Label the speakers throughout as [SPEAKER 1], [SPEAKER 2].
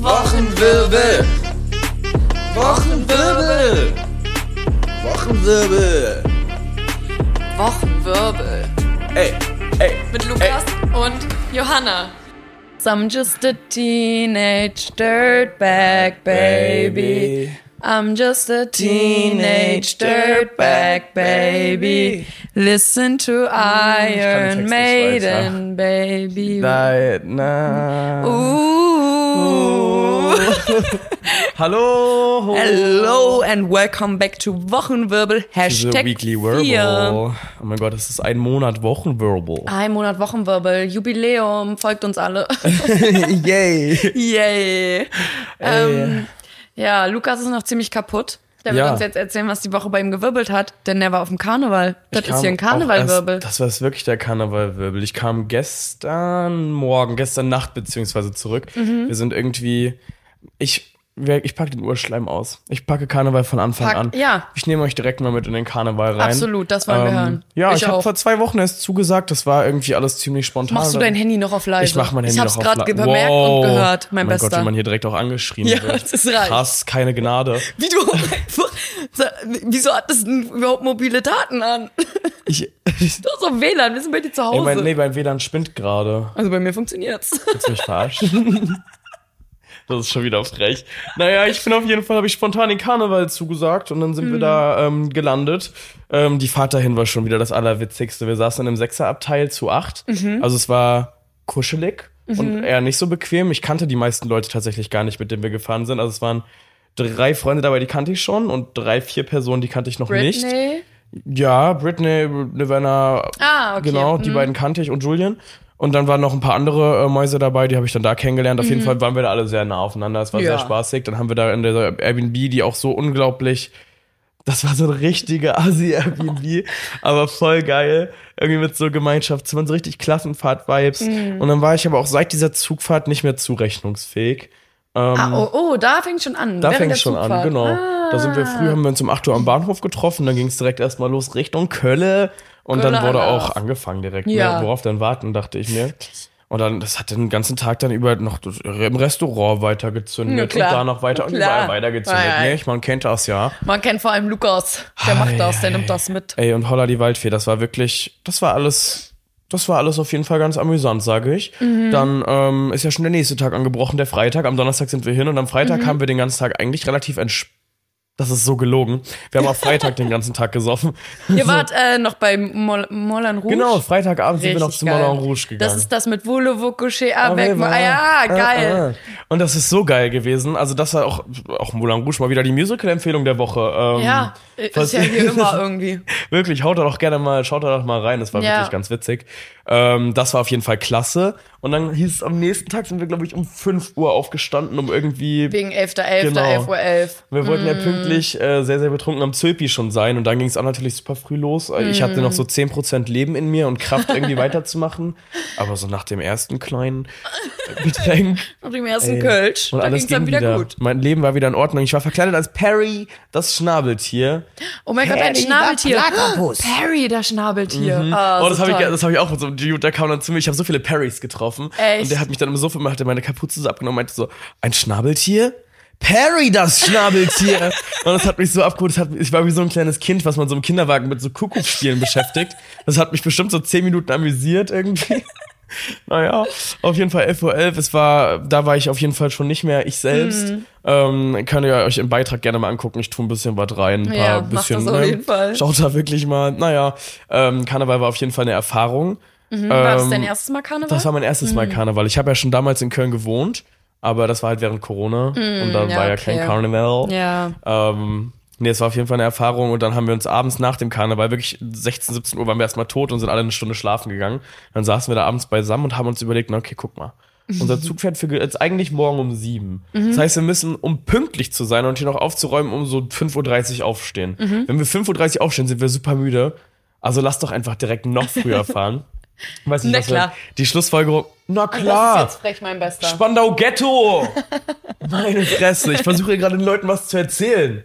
[SPEAKER 1] Wochenwirbel! Wochenwirbel! Wochenwirbel!
[SPEAKER 2] Wochenwirbel
[SPEAKER 1] Ey, ey!
[SPEAKER 2] mit Lukas und Johanna. So I'm just a teenage dirtbag baby. I'm just a teenage dirtbag baby. Hm, Listen to Iron
[SPEAKER 1] Text nicht,
[SPEAKER 2] Maiden baby.
[SPEAKER 1] Night, na.
[SPEAKER 2] Ooh.
[SPEAKER 1] Uh. Hallo!
[SPEAKER 2] Hello and welcome back to Wochenwirbel
[SPEAKER 1] The
[SPEAKER 2] Hashtag
[SPEAKER 1] Weekly Verbal.
[SPEAKER 2] 4.
[SPEAKER 1] Oh mein Gott, das ist ein Monat Wochenwirbel.
[SPEAKER 2] Ein Monat Wochenwirbel, Jubiläum, folgt uns alle.
[SPEAKER 1] Yay!
[SPEAKER 2] Yay. Ähm, ja, Lukas ist noch ziemlich kaputt. Der
[SPEAKER 1] Ja.
[SPEAKER 2] wird uns jetzt erzählen, was die Woche bei ihm gewirbelt hat, denn er war auf dem Karneval. Das ist
[SPEAKER 1] kam
[SPEAKER 2] hier ein
[SPEAKER 1] auch
[SPEAKER 2] Karnevalwirbel.
[SPEAKER 1] erst- Das war jetzt wirklich der Karnevalwirbel. Ich kam gestern Morgen, gestern Nacht beziehungsweise zurück.
[SPEAKER 2] Mhm.
[SPEAKER 1] Wir sind irgendwie. Ich, wer- ich packe den Urschleim aus. Ich packe Karneval von Anfang
[SPEAKER 2] Pack-
[SPEAKER 1] an.
[SPEAKER 2] ja.
[SPEAKER 1] Ich nehme euch direkt mal mit in den Karneval rein. Ähm,
[SPEAKER 2] Absolut, das wollen wir hören.
[SPEAKER 1] Ja,
[SPEAKER 2] Ich
[SPEAKER 1] ich, hab
[SPEAKER 2] auch.
[SPEAKER 1] habe vor zwei Wochen erst zugesagt. Das war irgendwie alles ziemlich spontan.
[SPEAKER 2] Machst du dein Handy noch auf leise?
[SPEAKER 1] Ich mach mein Handy
[SPEAKER 2] Ich hab's
[SPEAKER 1] noch auf
[SPEAKER 2] gerade
[SPEAKER 1] La-
[SPEAKER 2] bemerkt
[SPEAKER 1] Wow.
[SPEAKER 2] und gehört, mein,
[SPEAKER 1] mein Gott,
[SPEAKER 2] Bester.
[SPEAKER 1] wie man hier direkt auch angeschrien
[SPEAKER 2] Ja,
[SPEAKER 1] wird.
[SPEAKER 2] das reicht.
[SPEAKER 1] Krass, keine Gnade.
[SPEAKER 2] Wie du einfach, Sag, wieso hat das denn überhaupt mobile Daten an?
[SPEAKER 1] Ich,
[SPEAKER 2] Du hast doch WLAN, wir sind bei dir zu
[SPEAKER 1] ey,
[SPEAKER 2] Hause.
[SPEAKER 1] mein, nee, mein WLAN spinnt gerade.
[SPEAKER 2] Also bei mir funktioniert's.
[SPEAKER 1] Willst du mich verarschen? Das ist schon wieder frech. Naja, ich bin auf jeden Fall, habe ich spontan den Karneval zugesagt und dann sind wir da ähm, gelandet. Ähm, die Fahrt dahin war schon wieder das Allerwitzigste. Wir saßen in einem Sechserabteil zu acht. Also es war kuschelig und eher nicht so bequem. Ich kannte die meisten Leute tatsächlich gar nicht, mit denen wir gefahren sind. Also es waren drei Freunde dabei, die kannte ich schon und drei, vier Personen, die kannte ich noch nicht.
[SPEAKER 2] Britney?
[SPEAKER 1] Ja, Britney, Nirvana,
[SPEAKER 2] Ah, okay.
[SPEAKER 1] genau, die beiden kannte ich und Julian. Und dann waren noch ein paar andere äh, Mäuse dabei, die habe ich dann da kennengelernt. Auf jeden Fall waren wir da alle sehr nah aufeinander. Es war
[SPEAKER 2] Mhm. Ja.
[SPEAKER 1] sehr spaßig. Dann haben wir da in der Airbnb, die auch so unglaublich, das war so eine richtige Asi-Airbnb, aber voll geil. Irgendwie mit so Gemeinschaftszimmern, so richtig Klassenfahrt-Vibes.
[SPEAKER 2] Mhm.
[SPEAKER 1] Und dann war ich aber auch seit dieser Zugfahrt nicht mehr zurechnungsfähig. Ähm,
[SPEAKER 2] Ah, oh, oh, da fängt schon an.
[SPEAKER 1] da
[SPEAKER 2] während
[SPEAKER 1] fängt
[SPEAKER 2] der
[SPEAKER 1] schon an,
[SPEAKER 2] Zugfahrt.
[SPEAKER 1] genau.
[SPEAKER 2] Ah.
[SPEAKER 1] Da sind wir früh, haben wir uns um 8 Uhr am Bahnhof getroffen, dann ging es direkt erstmal los Richtung Kölle und dann
[SPEAKER 2] Kölle
[SPEAKER 1] wurde
[SPEAKER 2] an
[SPEAKER 1] auch
[SPEAKER 2] auf.
[SPEAKER 1] angefangen direkt,
[SPEAKER 2] Ja.
[SPEAKER 1] ne, worauf dann warten, dachte ich mir. Und dann, das hat den ganzen Tag dann über noch das- im Restaurant
[SPEAKER 2] Na
[SPEAKER 1] weitergezündet und
[SPEAKER 2] klar.
[SPEAKER 1] da noch weiter und
[SPEAKER 2] Klar.
[SPEAKER 1] überall weitergezündet.
[SPEAKER 2] Ja, ja.
[SPEAKER 1] Ne, ich meine, kennt das ja.
[SPEAKER 2] Man kennt vor allem Lukas. Der macht das, der nimmt das mit.
[SPEAKER 1] Ey, und Holla die Waldfee, das war wirklich, das war alles, das war alles auf jeden Fall ganz amüsant, sage ich.
[SPEAKER 2] Mhm.
[SPEAKER 1] Dann ähm, ist ja schon der nächste Tag angebrochen, der Freitag. Am Donnerstag sind wir hin und am Freitag
[SPEAKER 2] Mhm.
[SPEAKER 1] haben wir den ganzen Tag eigentlich relativ entspannt. Das ist so gelogen. Wir haben am Freitag den ganzen Tag gesoffen.
[SPEAKER 2] Ihr wart äh, noch bei Mol Moulin Rouge.
[SPEAKER 1] Genau, Freitagabend sind wir noch
[SPEAKER 2] Richtig
[SPEAKER 1] zum
[SPEAKER 2] geil.
[SPEAKER 1] Moulin Rouge gegangen.
[SPEAKER 2] Das ist das mit Volevo Couché avec
[SPEAKER 1] Arriva.
[SPEAKER 2] Ah, ja, geil.
[SPEAKER 1] Ah, ah. Und das ist so geil gewesen. Also das war auch, auch Moulin Rouge mal wieder die Musical-Empfehlung der Woche. Ähm,
[SPEAKER 2] Ja, äh, ist
[SPEAKER 1] was-
[SPEAKER 2] ja hier immer irgendwie.
[SPEAKER 1] Wirklich, haut da doch gerne mal, schaut da doch mal rein, das war
[SPEAKER 2] Ja.
[SPEAKER 1] wirklich ganz witzig. Ähm, das war auf jeden Fall klasse. Und dann hieß es am nächsten Tag, sind wir, glaube ich, um 5 Uhr aufgestanden, um irgendwie.
[SPEAKER 2] Wegen 11.11.,
[SPEAKER 1] Genau.
[SPEAKER 2] 11.11 Uhr. 11.
[SPEAKER 1] wir wollten
[SPEAKER 2] Mm.
[SPEAKER 1] ja pünktlich äh, sehr, sehr betrunken am Zöpi schon sein und dann ging es auch natürlich super früh los. Äh, Ich hatte
[SPEAKER 2] Mm.
[SPEAKER 1] noch so 10% Leben in mir und Kraft, irgendwie weiterzumachen. Aber so nach dem ersten kleinen äh, Getränk
[SPEAKER 2] Nach dem ersten
[SPEAKER 1] Ey.
[SPEAKER 2] Kölsch.
[SPEAKER 1] und
[SPEAKER 2] Da ging
[SPEAKER 1] alles
[SPEAKER 2] es dann
[SPEAKER 1] ging
[SPEAKER 2] wieder,
[SPEAKER 1] wieder.
[SPEAKER 2] gut.
[SPEAKER 1] Mein Leben war wieder in Ordnung. Ich war verkleidet als Perry, das Schnabeltier.
[SPEAKER 2] Oh mein Gott, ein Schnabeltier. Perry, das Schnabeltier. Ah,
[SPEAKER 1] Oh,
[SPEAKER 2] so
[SPEAKER 1] das habe ich,
[SPEAKER 2] toll.
[SPEAKER 1] das hab ich auch mit so einem Dude, der kam dann zu mir. Ich habe so viele Parrys getroffen.
[SPEAKER 2] Echt?
[SPEAKER 1] Und der hat mich dann im Sofa immer, hat er meine Kapuze so abgenommen und meinte so, ein Schnabeltier? Perry, das Schnabeltier! und das hat mich so abgeholt. Das hat, ich war wie so ein kleines Kind, was man so im Kinderwagen mit so Kuckucksspielen beschäftigt. Das hat mich bestimmt so zehn Minuten amüsiert irgendwie. Naja, auf jeden Fall 11.11 Uhr. Es war, da war ich auf jeden Fall schon nicht mehr ich selbst.
[SPEAKER 2] Mhm.
[SPEAKER 1] Ähm, könnt ihr euch im Beitrag gerne mal angucken. Ich tue ein bisschen was rein. Ein paar
[SPEAKER 2] Ja, macht
[SPEAKER 1] bisschen,
[SPEAKER 2] das auf
[SPEAKER 1] ne?
[SPEAKER 2] jeden Fall.
[SPEAKER 1] Schaut da wirklich mal. Naja, ähm, Karneval war auf jeden Fall eine Erfahrung.
[SPEAKER 2] War das
[SPEAKER 1] ähm,
[SPEAKER 2] dein erstes Mal Karneval? Mhm.
[SPEAKER 1] Das war mein erstes Mal Karneval. Ich habe ja schon damals in Köln gewohnt, aber das war halt während Corona und da
[SPEAKER 2] Mhm, ja,
[SPEAKER 1] war ja
[SPEAKER 2] okay.
[SPEAKER 1] kein Karneval.
[SPEAKER 2] ja.
[SPEAKER 1] Ähm, nee, es war auf jeden Fall eine Erfahrung und dann haben wir uns abends nach dem Karneval, wirklich 16, 17 Uhr waren wir erstmal tot und sind alle eine Stunde schlafen gegangen. Dann saßen wir da abends beisammen und haben uns überlegt, na okay, guck mal. Unser Zug fährt für jetzt eigentlich morgen um sieben.
[SPEAKER 2] Mhm.
[SPEAKER 1] Das heißt, wir müssen, um pünktlich zu sein und hier noch aufzuräumen, um so 5.30 Uhr
[SPEAKER 2] Mhm.
[SPEAKER 1] aufstehen. Wenn wir 5.30 Uhr aufstehen, sind wir super müde. Also lass doch einfach direkt noch früher fahren. Weiß nicht,
[SPEAKER 2] Na
[SPEAKER 1] was
[SPEAKER 2] klar. Ah,
[SPEAKER 1] wir- Die Schlussfolgerung. Na
[SPEAKER 2] Das
[SPEAKER 1] klar.
[SPEAKER 2] ist jetzt frech, mein Bester.
[SPEAKER 1] Spandau Ghetto! Meine Fresse, ich versuche hier gerade den Leuten was zu erzählen.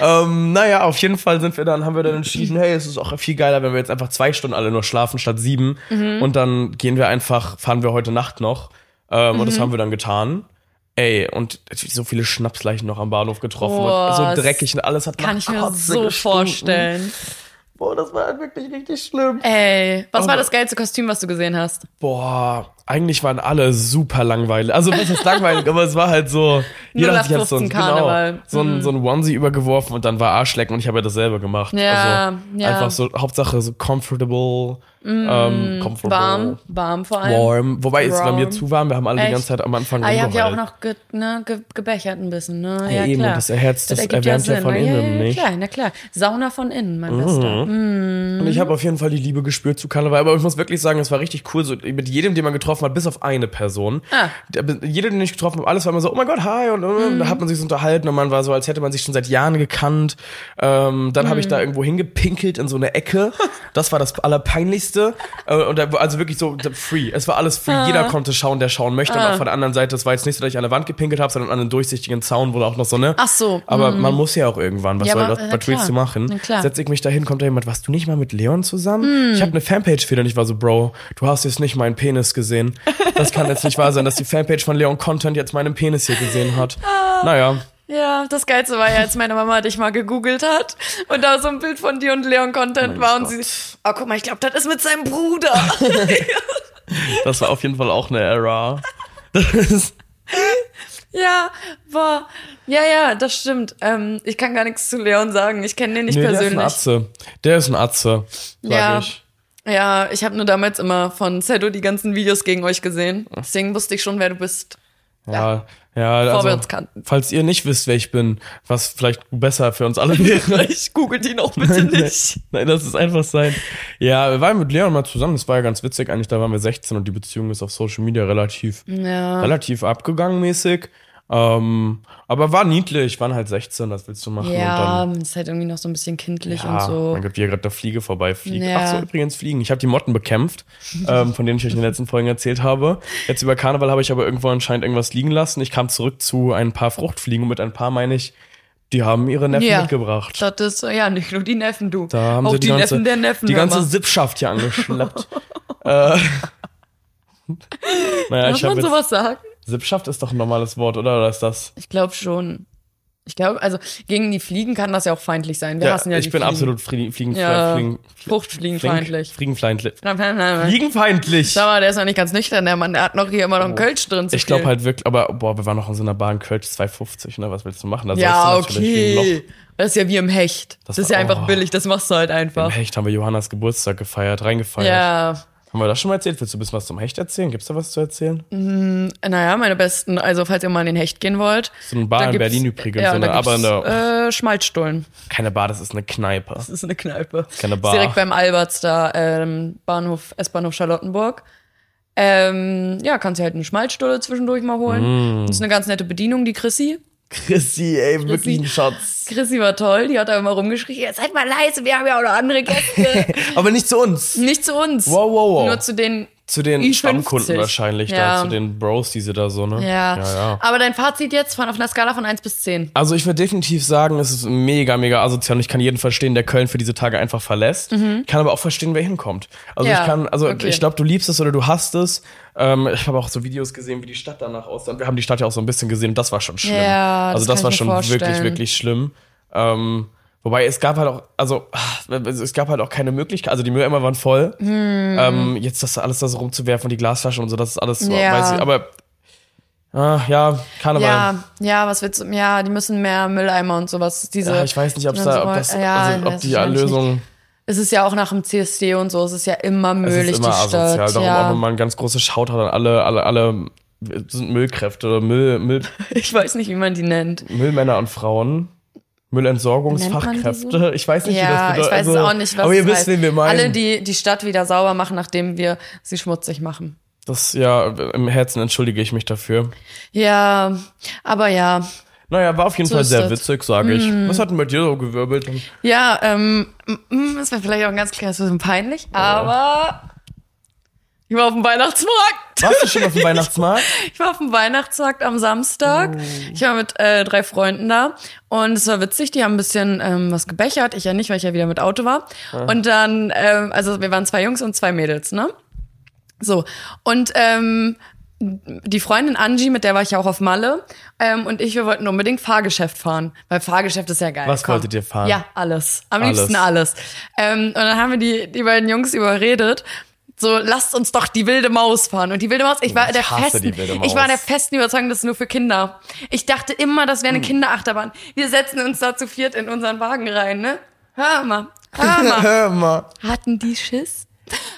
[SPEAKER 1] Ähm, naja, auf jeden Fall sind wir dann, haben wir dann entschieden, hey, es ist auch viel geiler, wenn wir jetzt einfach zwei Stunden alle nur schlafen statt sieben.
[SPEAKER 2] Mhm.
[SPEAKER 1] Und dann gehen wir einfach, fahren wir heute Nacht noch. Ähm, Und
[SPEAKER 2] Mhm.
[SPEAKER 1] das haben wir dann getan. Ey, und so viele Schnapsleichen noch am Bahnhof getroffen
[SPEAKER 2] Boah,
[SPEAKER 1] und so
[SPEAKER 2] das
[SPEAKER 1] dreckig und alles hat nach
[SPEAKER 2] Kann ich mir
[SPEAKER 1] Kotze
[SPEAKER 2] so
[SPEAKER 1] gestunken.
[SPEAKER 2] vorstellen.
[SPEAKER 1] Boah, das war halt wirklich richtig schlimm.
[SPEAKER 2] Ey, was war
[SPEAKER 1] Aber-
[SPEAKER 2] das geilste Kostüm, was du gesehen hast?
[SPEAKER 1] Boah, eigentlich waren alle super langweilig. Also was ist langweilig, aber es war halt so. Jeder hat sich halt so,
[SPEAKER 2] 0815
[SPEAKER 1] genau,
[SPEAKER 2] Karneval.
[SPEAKER 1] so, ein, so ein Onesie übergeworfen und dann war Arschlecken und ich habe ja das selber gemacht.
[SPEAKER 2] Ja,
[SPEAKER 1] also,
[SPEAKER 2] ja. Mhm.
[SPEAKER 1] Einfach so, Hauptsache so comfortable, ähm, comfortable,
[SPEAKER 2] Warm, warm vor allem.
[SPEAKER 1] warm. Wobei es war mir
[SPEAKER 2] Warm.
[SPEAKER 1] zu warm, wir haben alle die
[SPEAKER 2] Echt?
[SPEAKER 1] ganze Zeit am Anfang
[SPEAKER 2] Ah, ihr habt ja auch
[SPEAKER 1] rumgeheult.
[SPEAKER 2] noch ge, ne, ge, gebechert ein bisschen, ne?
[SPEAKER 1] Ja,
[SPEAKER 2] Ja,
[SPEAKER 1] eben,
[SPEAKER 2] klar.
[SPEAKER 1] und das erhitzt das
[SPEAKER 2] ergibt ja
[SPEAKER 1] Erwärmte
[SPEAKER 2] Sinn.
[SPEAKER 1] von
[SPEAKER 2] Na, ja,
[SPEAKER 1] innen,
[SPEAKER 2] ja,
[SPEAKER 1] nicht? Mhm.
[SPEAKER 2] Klar, na klar. Sauna von innen, mein Bester.
[SPEAKER 1] Und ich habe auf jeden Fall die Liebe gespürt zu Karneval. Aber ich muss wirklich sagen, es war richtig cool. So mit jedem, den man getroffen hat, bis auf eine Person.
[SPEAKER 2] Ah. Mhm.
[SPEAKER 1] Der- Jeder, den ich getroffen habe, alles war immer so, oh mein Gott, hi. Und, und da hat man sich so unterhalten und man war so, als hätte man sich schon seit Jahren gekannt. Ähm, dann
[SPEAKER 2] Mhm.
[SPEAKER 1] habe ich da irgendwo hingepinkelt in so eine Ecke. Das war das Allerpeinlichste. Äh, und da, war- also wirklich so da- free. Es war alles free. Jeder
[SPEAKER 2] Ah.
[SPEAKER 1] konnte schauen, der schauen möchte. Und auch von der anderen Seite, es war jetzt nicht so, dass ich an der Wand gepinkelt habe, sondern an einem durchsichtigen Zaun, wo da auch noch so eine.
[SPEAKER 2] Ach so, Mhm.
[SPEAKER 1] Aber man muss ja auch irgendwann, was
[SPEAKER 2] Ja,
[SPEAKER 1] soll
[SPEAKER 2] aber-
[SPEAKER 1] das,
[SPEAKER 2] na
[SPEAKER 1] was willst du
[SPEAKER 2] klar.
[SPEAKER 1] machen?
[SPEAKER 2] Na klar. Hm.
[SPEAKER 1] Setz ich mich dahin, kommt da jemand, warst du nicht mal mit Leon zusammen? Ich habe eine Fanpage für den. Ich war so, Bro, du hast jetzt nicht meinen Penis gesehen. Das kann jetzt nicht wahr sein, dass die Fanpage von Leon Content jetzt meinen Penis hier gesehen hat.
[SPEAKER 2] Ah.
[SPEAKER 1] Naja,
[SPEAKER 2] Ja, das Geilste war ja, als meine Mama dich mal gegoogelt hat und da so ein Bild von dir und Leon Content war und sie, oh guck mal, ich glaube, das ist mit seinem Bruder.
[SPEAKER 1] das war auf jeden Fall auch eine Error. Das ist-
[SPEAKER 2] ja, boah. Ja, ja, das stimmt. Ähm, ich kann gar nichts zu Leon sagen. Ich kenne den nicht
[SPEAKER 1] nee, der ist ein
[SPEAKER 2] persönlich.
[SPEAKER 1] Atze. Der ist ein Atze, sag
[SPEAKER 2] Ja.
[SPEAKER 1] ich.
[SPEAKER 2] Ja, ich habe nur damals immer von Sedo die ganzen Videos gegen euch gesehen. Deswegen wusste ich schon, wer du bist.
[SPEAKER 1] Ja, ja,
[SPEAKER 2] Bevor wir
[SPEAKER 1] also,
[SPEAKER 2] uns kannten.
[SPEAKER 1] falls ihr nicht wisst, wer ich bin, was vielleicht besser für uns alle wäre,
[SPEAKER 2] Ich googelt ihn auch bitte nicht.
[SPEAKER 1] Nein, das ist einfach sein. Ja, wir waren mit Leon mal zusammen, das war ja ganz witzig eigentlich, da waren wir 16 und die Beziehung ist auf Social Media relativ,
[SPEAKER 2] Ja.
[SPEAKER 1] relativ abgegangen mäßig. Ähm, aber war niedlich, waren halt 16, das willst du machen.
[SPEAKER 2] Ja,
[SPEAKER 1] und
[SPEAKER 2] man ist halt irgendwie noch so ein bisschen kindlich
[SPEAKER 1] dann,
[SPEAKER 2] und
[SPEAKER 1] ja,
[SPEAKER 2] so.
[SPEAKER 1] mein Gott, wie er gerade der Fliege vorbeifliegt.
[SPEAKER 2] Ja.
[SPEAKER 1] Ach so, übrigens Fliegen. Ich habe die Motten bekämpft, ähm, von denen ich euch in den letzten Folgen erzählt habe. Jetzt über Karneval habe ich aber irgendwo anscheinend irgendwas liegen lassen. Ich kam zurück zu ein paar Fruchtfliegen und mit ein paar meine ich, die haben ihre Neffen
[SPEAKER 2] Ja.
[SPEAKER 1] mitgebracht.
[SPEAKER 2] Das ist, ja, nicht nur die Neffen, du.
[SPEAKER 1] Da haben
[SPEAKER 2] auch
[SPEAKER 1] sie
[SPEAKER 2] die,
[SPEAKER 1] die, ganze,
[SPEAKER 2] Neffen der Neffen.
[SPEAKER 1] die
[SPEAKER 2] hör
[SPEAKER 1] ganze
[SPEAKER 2] mal.
[SPEAKER 1] Sippschaft hier angeschleppt. äh, naja,
[SPEAKER 2] Darf
[SPEAKER 1] ich hab
[SPEAKER 2] man
[SPEAKER 1] jetzt,
[SPEAKER 2] sowas sagen?
[SPEAKER 1] Sippschaft ist doch ein normales Wort, oder? Oder ist das?
[SPEAKER 2] Ich glaube schon. Ich glaube, also gegen die Fliegen kann das ja auch feindlich sein. Wir hassen ja
[SPEAKER 1] ich
[SPEAKER 2] die
[SPEAKER 1] bin
[SPEAKER 2] Fliegen.
[SPEAKER 1] absolut flie fliegen
[SPEAKER 2] Ja,
[SPEAKER 1] fliegen
[SPEAKER 2] Fruchtfliegenfeindlich.
[SPEAKER 1] Fliegenfeindlich.
[SPEAKER 2] Schau
[SPEAKER 1] Fliegenfeindlich.
[SPEAKER 2] mal, der ist noch nicht ganz nüchtern, der Mann. Der hat noch hier immer noch einen Kölsch drin zu
[SPEAKER 1] Oh. Ich glaube
[SPEAKER 2] viel.
[SPEAKER 1] halt wirklich, aber boah, wir waren noch in so einer Bar in Kölsch 250, ne? Was willst du machen? Da
[SPEAKER 2] Ja,
[SPEAKER 1] sollst du natürlich wie ein Loch.
[SPEAKER 2] okay. Das ist ja wie im Hecht. Das,
[SPEAKER 1] Das
[SPEAKER 2] ist ja
[SPEAKER 1] war-
[SPEAKER 2] einfach
[SPEAKER 1] oh.
[SPEAKER 2] billig, das machst du halt
[SPEAKER 1] Im
[SPEAKER 2] einfach.
[SPEAKER 1] Hecht haben wir Johannas Geburtstag gefeiert, reingefeiert.
[SPEAKER 2] Ja.
[SPEAKER 1] Haben wir das schon mal erzählt? Willst du ein bisschen was zum Hecht erzählen? Gibt's da was zu erzählen?
[SPEAKER 2] Naja, meine besten, also falls ihr mal in den Hecht gehen wollt.
[SPEAKER 1] So eine Bar
[SPEAKER 2] da
[SPEAKER 1] in
[SPEAKER 2] gibt's-
[SPEAKER 1] Berlin übrigens,
[SPEAKER 2] Ja,
[SPEAKER 1] so eine,
[SPEAKER 2] da
[SPEAKER 1] aber in
[SPEAKER 2] gibt's,
[SPEAKER 1] der,
[SPEAKER 2] äh, Schmalzstollen.
[SPEAKER 1] keine Bar, das ist eine Kneipe.
[SPEAKER 2] Das ist eine Kneipe.
[SPEAKER 1] keine
[SPEAKER 2] Ist
[SPEAKER 1] Bar.
[SPEAKER 2] Direkt beim Alberts da, ähm, Bahnhof, S-Bahnhof Charlottenburg. Ähm, ja, kannst dir halt eine Schmalzstulle zwischendurch mal holen.
[SPEAKER 1] Mm.
[SPEAKER 2] Das ist eine ganz nette Bedienung, die Chrissy.
[SPEAKER 1] Chrissy, ey, wirklich ein Schatz.
[SPEAKER 2] Chrissy war toll, die hat da immer rumgeschrien, jetzt seid mal leise, wir haben ja auch noch andere Gäste.
[SPEAKER 1] Aber nicht zu uns.
[SPEAKER 2] Nicht zu uns.
[SPEAKER 1] Wow, wow, wow.
[SPEAKER 2] Nur zu den,
[SPEAKER 1] Zu den
[SPEAKER 2] I50.
[SPEAKER 1] Stammkunden wahrscheinlich,
[SPEAKER 2] Ja.
[SPEAKER 1] da, zu den Bros, die sie da so, ne?
[SPEAKER 2] ja.
[SPEAKER 1] ja, ja.
[SPEAKER 2] Aber dein Fazit jetzt von auf einer Skala von 1 bis 10.
[SPEAKER 1] Also ich würde definitiv sagen, es ist mega, mega asozial und ich kann jeden verstehen, der Köln für diese Tage einfach verlässt. Ich kann aber auch verstehen, wer hinkommt. Also
[SPEAKER 2] Mhm. Ja,
[SPEAKER 1] ich kann, also
[SPEAKER 2] okay.
[SPEAKER 1] ich glaube, du liebst es oder du hast es. Ähm, ich habe auch so Videos gesehen, wie die Stadt danach aussah. Wir haben die Stadt ja auch so ein bisschen gesehen und das war schon schlimm.
[SPEAKER 2] Ja, das
[SPEAKER 1] also das
[SPEAKER 2] kann
[SPEAKER 1] war
[SPEAKER 2] ich
[SPEAKER 1] schon
[SPEAKER 2] mir
[SPEAKER 1] wirklich,
[SPEAKER 2] vorstellen.
[SPEAKER 1] wirklich schlimm. Ähm, wobei es gab halt auch, also ah, es gab halt auch keine Möglichkeit, also die Mülleimer waren voll.
[SPEAKER 2] Hm.
[SPEAKER 1] Ähm, jetzt das alles da so rumzuwerfen und die Glasflaschen und so, das ist alles, so,
[SPEAKER 2] Ja.
[SPEAKER 1] weiß ich, aber ah, ja, Karneval.
[SPEAKER 2] Ja, ja, was willst du, ja, die müssen mehr Mülleimer und sowas, diese.
[SPEAKER 1] Ja, ich weiß nicht, ob's da, ob das,
[SPEAKER 2] Ja,
[SPEAKER 1] also, ob
[SPEAKER 2] das
[SPEAKER 1] die
[SPEAKER 2] wahrscheinlich
[SPEAKER 1] Erlösung,
[SPEAKER 2] Es ist ja auch nach dem CSD und so, es ist ja immer
[SPEAKER 1] es
[SPEAKER 2] möglich,
[SPEAKER 1] ist immer
[SPEAKER 2] die
[SPEAKER 1] asozial.
[SPEAKER 2] Stadt.
[SPEAKER 1] Darum auch
[SPEAKER 2] ja.
[SPEAKER 1] nochmal ein ganz großes Shoutout an alle, alle, alle sind Müllkräfte oder Müll, Müll,
[SPEAKER 2] Ich weiß nicht, wie man die nennt.
[SPEAKER 1] Müllmänner und Frauen.
[SPEAKER 2] Nennt
[SPEAKER 1] Müllentsorgungsfachkräfte.
[SPEAKER 2] man die so?
[SPEAKER 1] Ich weiß nicht, wie das
[SPEAKER 2] Ja, ich
[SPEAKER 1] bedeutet.
[SPEAKER 2] weiß es
[SPEAKER 1] also,
[SPEAKER 2] auch nicht, was
[SPEAKER 1] Aber ihr
[SPEAKER 2] es
[SPEAKER 1] wisst,
[SPEAKER 2] heißt.
[SPEAKER 1] wen wir meinen.
[SPEAKER 2] Alle, die die Stadt wieder sauber machen, nachdem wir sie schmutzig machen.
[SPEAKER 1] das, ja, im Herzen entschuldige ich mich dafür.
[SPEAKER 2] Ja, aber ja.
[SPEAKER 1] Naja, war auf jeden
[SPEAKER 2] So
[SPEAKER 1] Fall
[SPEAKER 2] ist
[SPEAKER 1] sehr
[SPEAKER 2] das. Mm.
[SPEAKER 1] witzig, sage ich. Was hat denn bei dir so gewirbelt?
[SPEAKER 2] Ja, ähm, mm, mm, das wäre vielleicht auch ein ganz kleines bisschen peinlich, aber Ich war auf dem Weihnachtsmarkt.
[SPEAKER 1] Warst du schon auf dem Weihnachtsmarkt?
[SPEAKER 2] Ich war auf dem Weihnachtsmarkt am Samstag.
[SPEAKER 1] Oh.
[SPEAKER 2] Ich war mit äh, drei Freunden da und es war witzig, die haben ein bisschen ähm, was gebechert. Ich ja nicht, weil ich ja wieder mit Auto war.
[SPEAKER 1] Ah.
[SPEAKER 2] Und dann, ähm, also wir waren zwei Jungs und zwei Mädels, ne? So. Und ähm, die Freundin Angie, mit der war ich ja auch auf Malle, ähm, und ich, wir wollten unbedingt Fahrgeschäft fahren, weil Fahrgeschäft ist ja geil.
[SPEAKER 1] Was
[SPEAKER 2] Komm.
[SPEAKER 1] wolltet ihr fahren?
[SPEAKER 2] Ja, alles. Am
[SPEAKER 1] Alles.
[SPEAKER 2] liebsten alles. Ähm, und dann haben wir die, die beiden Jungs überredet, so lasst uns doch die wilde Maus fahren. Und die wilde Maus, ich war
[SPEAKER 1] Ich
[SPEAKER 2] der
[SPEAKER 1] hasse
[SPEAKER 2] festen,
[SPEAKER 1] die wilde
[SPEAKER 2] ich war
[SPEAKER 1] Maus. Hm.
[SPEAKER 2] der festen Überzeugung, das ist nur für Kinder. Ich dachte immer, das wäre eine Kinderachterbahn. Wir setzen uns da zu viert in unseren Wagen rein, ne? Hör mal, hör mal.
[SPEAKER 1] Hör mal.
[SPEAKER 2] Hatten die Schiss?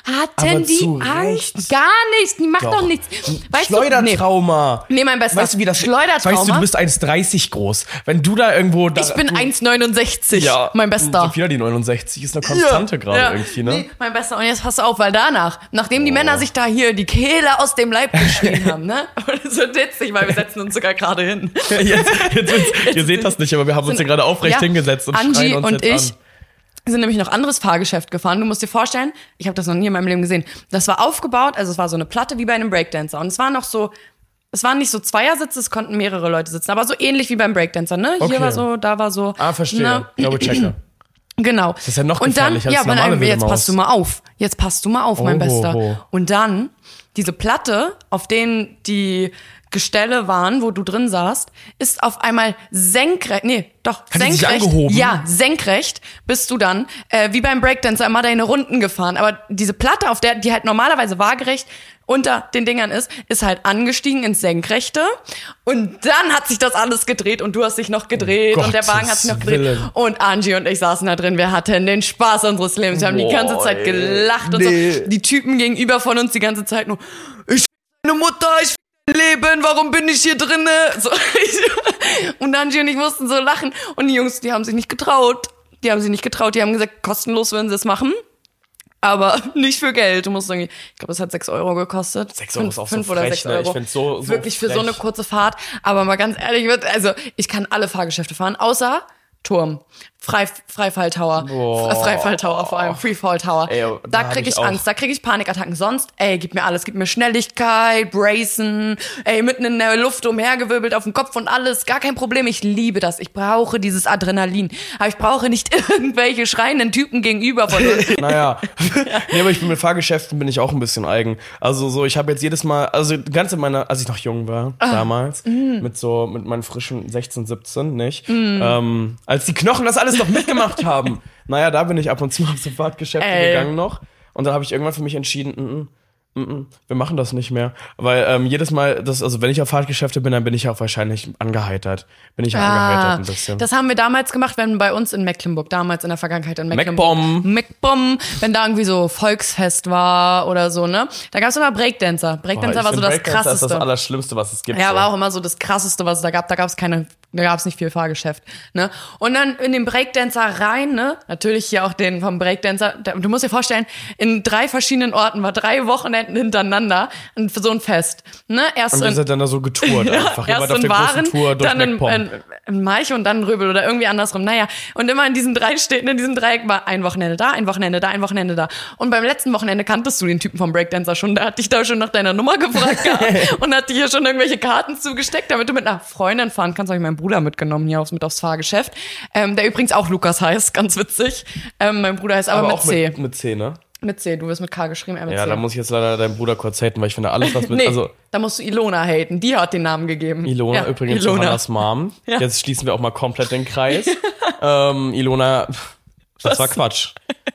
[SPEAKER 2] Hatten
[SPEAKER 1] Aber
[SPEAKER 2] die
[SPEAKER 1] zu
[SPEAKER 2] Angst?
[SPEAKER 1] Recht.
[SPEAKER 2] Gar nichts. Die macht doch,
[SPEAKER 1] Doch.
[SPEAKER 2] nichts. Weißt du, nee.
[SPEAKER 1] Schleudertrauma.
[SPEAKER 2] Nee, mein Bester.
[SPEAKER 1] Weißt du, wie das
[SPEAKER 2] Schleudertrauma?
[SPEAKER 1] Weißt du, du bist 1,30 groß. Wenn du da irgendwo. Da,
[SPEAKER 2] ich bin
[SPEAKER 1] du,
[SPEAKER 2] 1,69.
[SPEAKER 1] ja,
[SPEAKER 2] mein Bester.
[SPEAKER 1] Sophia, die 69 ist eine Konstante gerade irgendwie, ne? Oh.
[SPEAKER 2] Nee, mein Bester. Und jetzt pass auf, weil danach, nachdem die Männer sich da hier die Kehle aus dem Leib geschrien haben, ne? Und das wird witzig, weil wir setzen uns sogar gerade hin.
[SPEAKER 1] Jetzt, jetzt, jetzt, ihr seht das nicht, aber wir haben uns hier gerade aufrecht
[SPEAKER 2] Ja,
[SPEAKER 1] hingesetzt und
[SPEAKER 2] Angie
[SPEAKER 1] schreien uns
[SPEAKER 2] und
[SPEAKER 1] jetzt
[SPEAKER 2] ich sind nämlich noch anderes Fahrgeschäft gefahren. Du musst dir vorstellen, ich habe das noch nie in meinem Leben gesehen. Das war aufgebaut, also es war so eine Platte wie bei einem Breakdancer. Und es war noch so, es waren nicht so Zweiersitze, es konnten mehrere Leute sitzen, aber so ähnlich wie beim Breakdancer, ne? Hier
[SPEAKER 1] Okay.
[SPEAKER 2] war so, da war so.
[SPEAKER 1] an. Ah, verstehe.
[SPEAKER 2] ne?
[SPEAKER 1] Double Checker.
[SPEAKER 2] Genau. Das
[SPEAKER 1] ist ja noch
[SPEAKER 2] Und dann,
[SPEAKER 1] gefährlicher als
[SPEAKER 2] ja,
[SPEAKER 1] die
[SPEAKER 2] weil
[SPEAKER 1] normale
[SPEAKER 2] dann, jetzt
[SPEAKER 1] Wilde
[SPEAKER 2] passt du
[SPEAKER 1] Maus.
[SPEAKER 2] mal auf. Jetzt passt du mal auf, mein
[SPEAKER 1] Oh,
[SPEAKER 2] Bester.
[SPEAKER 1] oh, oh.
[SPEAKER 2] Und dann diese Platte, auf denen die Gestelle waren, wo du drin saßt, ist auf einmal senkrecht, nee, doch,
[SPEAKER 1] Hat die sich
[SPEAKER 2] senkrecht.
[SPEAKER 1] angehoben?
[SPEAKER 2] Ja, senkrecht bist du dann, äh, wie beim Breakdancer, immer deine Runden gefahren. Aber diese Platte, auf der, die halt normalerweise waagerecht unter den Dingern ist, ist halt angestiegen ins Senkrechte. Und dann hat sich das alles gedreht und du hast dich noch gedreht und der
[SPEAKER 1] Gottes
[SPEAKER 2] Wagen hat sich noch gedreht.
[SPEAKER 1] Willen.
[SPEAKER 2] Und Angie und ich saßen da drin, wir hatten den Spaß unseres Lebens. Wir haben die ganze
[SPEAKER 1] Boah,
[SPEAKER 2] Zeit
[SPEAKER 1] ey.
[SPEAKER 2] gelacht und
[SPEAKER 1] Nee.
[SPEAKER 2] so. Die Typen gegenüber von uns die ganze Zeit nur, ich fick deine Mutter, ich fick dein Leben, warum bin ich hier drinne? So, und Angie und ich mussten so lachen. Und die Jungs, die haben sich nicht getraut. Die haben sich nicht getraut. Die haben gesagt, kostenlos würden sie es machen. Aber nicht für Geld. Du musst irgendwie, ich glaube, es hat 6 Euro gekostet.
[SPEAKER 1] Sechs Euro
[SPEAKER 2] Fünf-
[SPEAKER 1] ist auch so
[SPEAKER 2] fünf oder
[SPEAKER 1] frech,
[SPEAKER 2] sechs
[SPEAKER 1] ne? Ich
[SPEAKER 2] Euro.
[SPEAKER 1] find's so- so
[SPEAKER 2] Wirklich für so eine
[SPEAKER 1] frech.
[SPEAKER 2] kurze Fahrt. Aber mal ganz ehrlich, wird- also ich kann alle Fahrgeschäfte fahren, außer Turm. Frei, Freifall Tower.
[SPEAKER 1] Boah.
[SPEAKER 2] Freifall Tower vor allem. Freefall Tower.
[SPEAKER 1] Ey,
[SPEAKER 2] da
[SPEAKER 1] da
[SPEAKER 2] krieg
[SPEAKER 1] hab
[SPEAKER 2] ich,
[SPEAKER 1] ich auch-
[SPEAKER 2] Angst, da krieg ich Panikattacken. Sonst, ey, gib mir alles. Gib mir Schnelligkeit, Bracen, ey, mitten in der Luft umhergewirbelt auf dem Kopf und alles. Gar kein Problem. Ich liebe das. Ich brauche dieses Adrenalin. Aber ich brauche nicht irgendwelche schreienden Typen gegenüber von uns.
[SPEAKER 1] Naja, nee, aber ich bin mit Fahrgeschäften bin ich auch ein bisschen eigen. Also so, ich habe jetzt jedes Mal, also ganz in meiner, als ich noch jung war
[SPEAKER 2] Ah.
[SPEAKER 1] damals,
[SPEAKER 2] Mm.
[SPEAKER 1] mit so mit meinen frischen 16, 17, nicht, ähm, als die Knochen das alles noch mitgemacht haben. Naja, da bin ich ab und zu mal zum Fahrgeschäft
[SPEAKER 2] Ey.
[SPEAKER 1] gegangen noch. Und dann habe ich irgendwann für mich entschieden, mm, mm, wir machen das nicht mehr. Weil ähm, jedes Mal, das, also wenn ich auf Fahrgeschäfte bin, dann bin ich auch wahrscheinlich angeheitert. Bin ich
[SPEAKER 2] Ah,
[SPEAKER 1] angeheitert ein bisschen.
[SPEAKER 2] das haben wir damals gemacht, wenn bei uns in Mecklenburg, damals in der Vergangenheit in Mecklenburg.
[SPEAKER 1] MacBomb.
[SPEAKER 2] MacBomb, wenn da irgendwie so Volksfest war oder so, ne? Da gab es immer Breakdancer.
[SPEAKER 1] Boah, ich
[SPEAKER 2] Breakdancer war so
[SPEAKER 1] find
[SPEAKER 2] das
[SPEAKER 1] Breakdancer
[SPEAKER 2] krasseste.
[SPEAKER 1] ist das Allerschlimmste, was es gibt.
[SPEAKER 2] Ja,
[SPEAKER 1] so.
[SPEAKER 2] war auch immer so das krasseste, was es da gab. Da gab es keine, da gab es nicht viel Fahrgeschäft. Ne? Und dann in den Breakdancer rein, ne? Natürlich hier auch den vom Breakdancer. Da- Du musst dir vorstellen, in drei verschiedenen Orten war drei Wochenenden hintereinander ein- so ein Fest. Ne? Erst
[SPEAKER 1] Und
[SPEAKER 2] in,
[SPEAKER 1] ihr seid dann da so getourt einfach. Ihr wart
[SPEAKER 2] Erst
[SPEAKER 1] auf
[SPEAKER 2] in
[SPEAKER 1] der
[SPEAKER 2] Waren,
[SPEAKER 1] großen Tour durch
[SPEAKER 2] dann in,
[SPEAKER 1] MacPom.
[SPEAKER 2] in, in Malch und dann in Röbel oder irgendwie andersrum. Naja, und immer in diesen drei Städten, in diesem Dreieck war ein Wochenende da, ein Wochenende da, ein Wochenende da. Und beim letzten Wochenende kanntest du den Typen vom Breakdancer schon. Der hat dich da schon nach deiner Nummer gefragt gehabt und hat dir hier schon irgendwelche Karten zugesteckt, damit du mit einer Freundin fahren kannst. Habe ich meinen Bruder mitgenommen hier aufs, mit aufs Fahrgeschäft, ähm, der übrigens auch Lukas heißt, ganz witzig. Ähm, mein Bruder heißt aber, mit
[SPEAKER 1] auch
[SPEAKER 2] C.
[SPEAKER 1] Mit, mit C, ne?
[SPEAKER 2] mit C, du wirst mit K geschrieben, er mit
[SPEAKER 1] Ja,
[SPEAKER 2] C.
[SPEAKER 1] da muss ich jetzt leider deinen Bruder kurz haten, weil ich finde alles, was mit.
[SPEAKER 2] nee,
[SPEAKER 1] Also,
[SPEAKER 2] da musst du Ilona haten. Die hat den Namen gegeben.
[SPEAKER 1] Ilona
[SPEAKER 2] Ja,
[SPEAKER 1] übrigens
[SPEAKER 2] Ilona.
[SPEAKER 1] Johannas Mom.
[SPEAKER 2] Ja.
[SPEAKER 1] Jetzt schließen wir auch mal komplett den Kreis. ähm, Ilona, pff, das war Quatsch.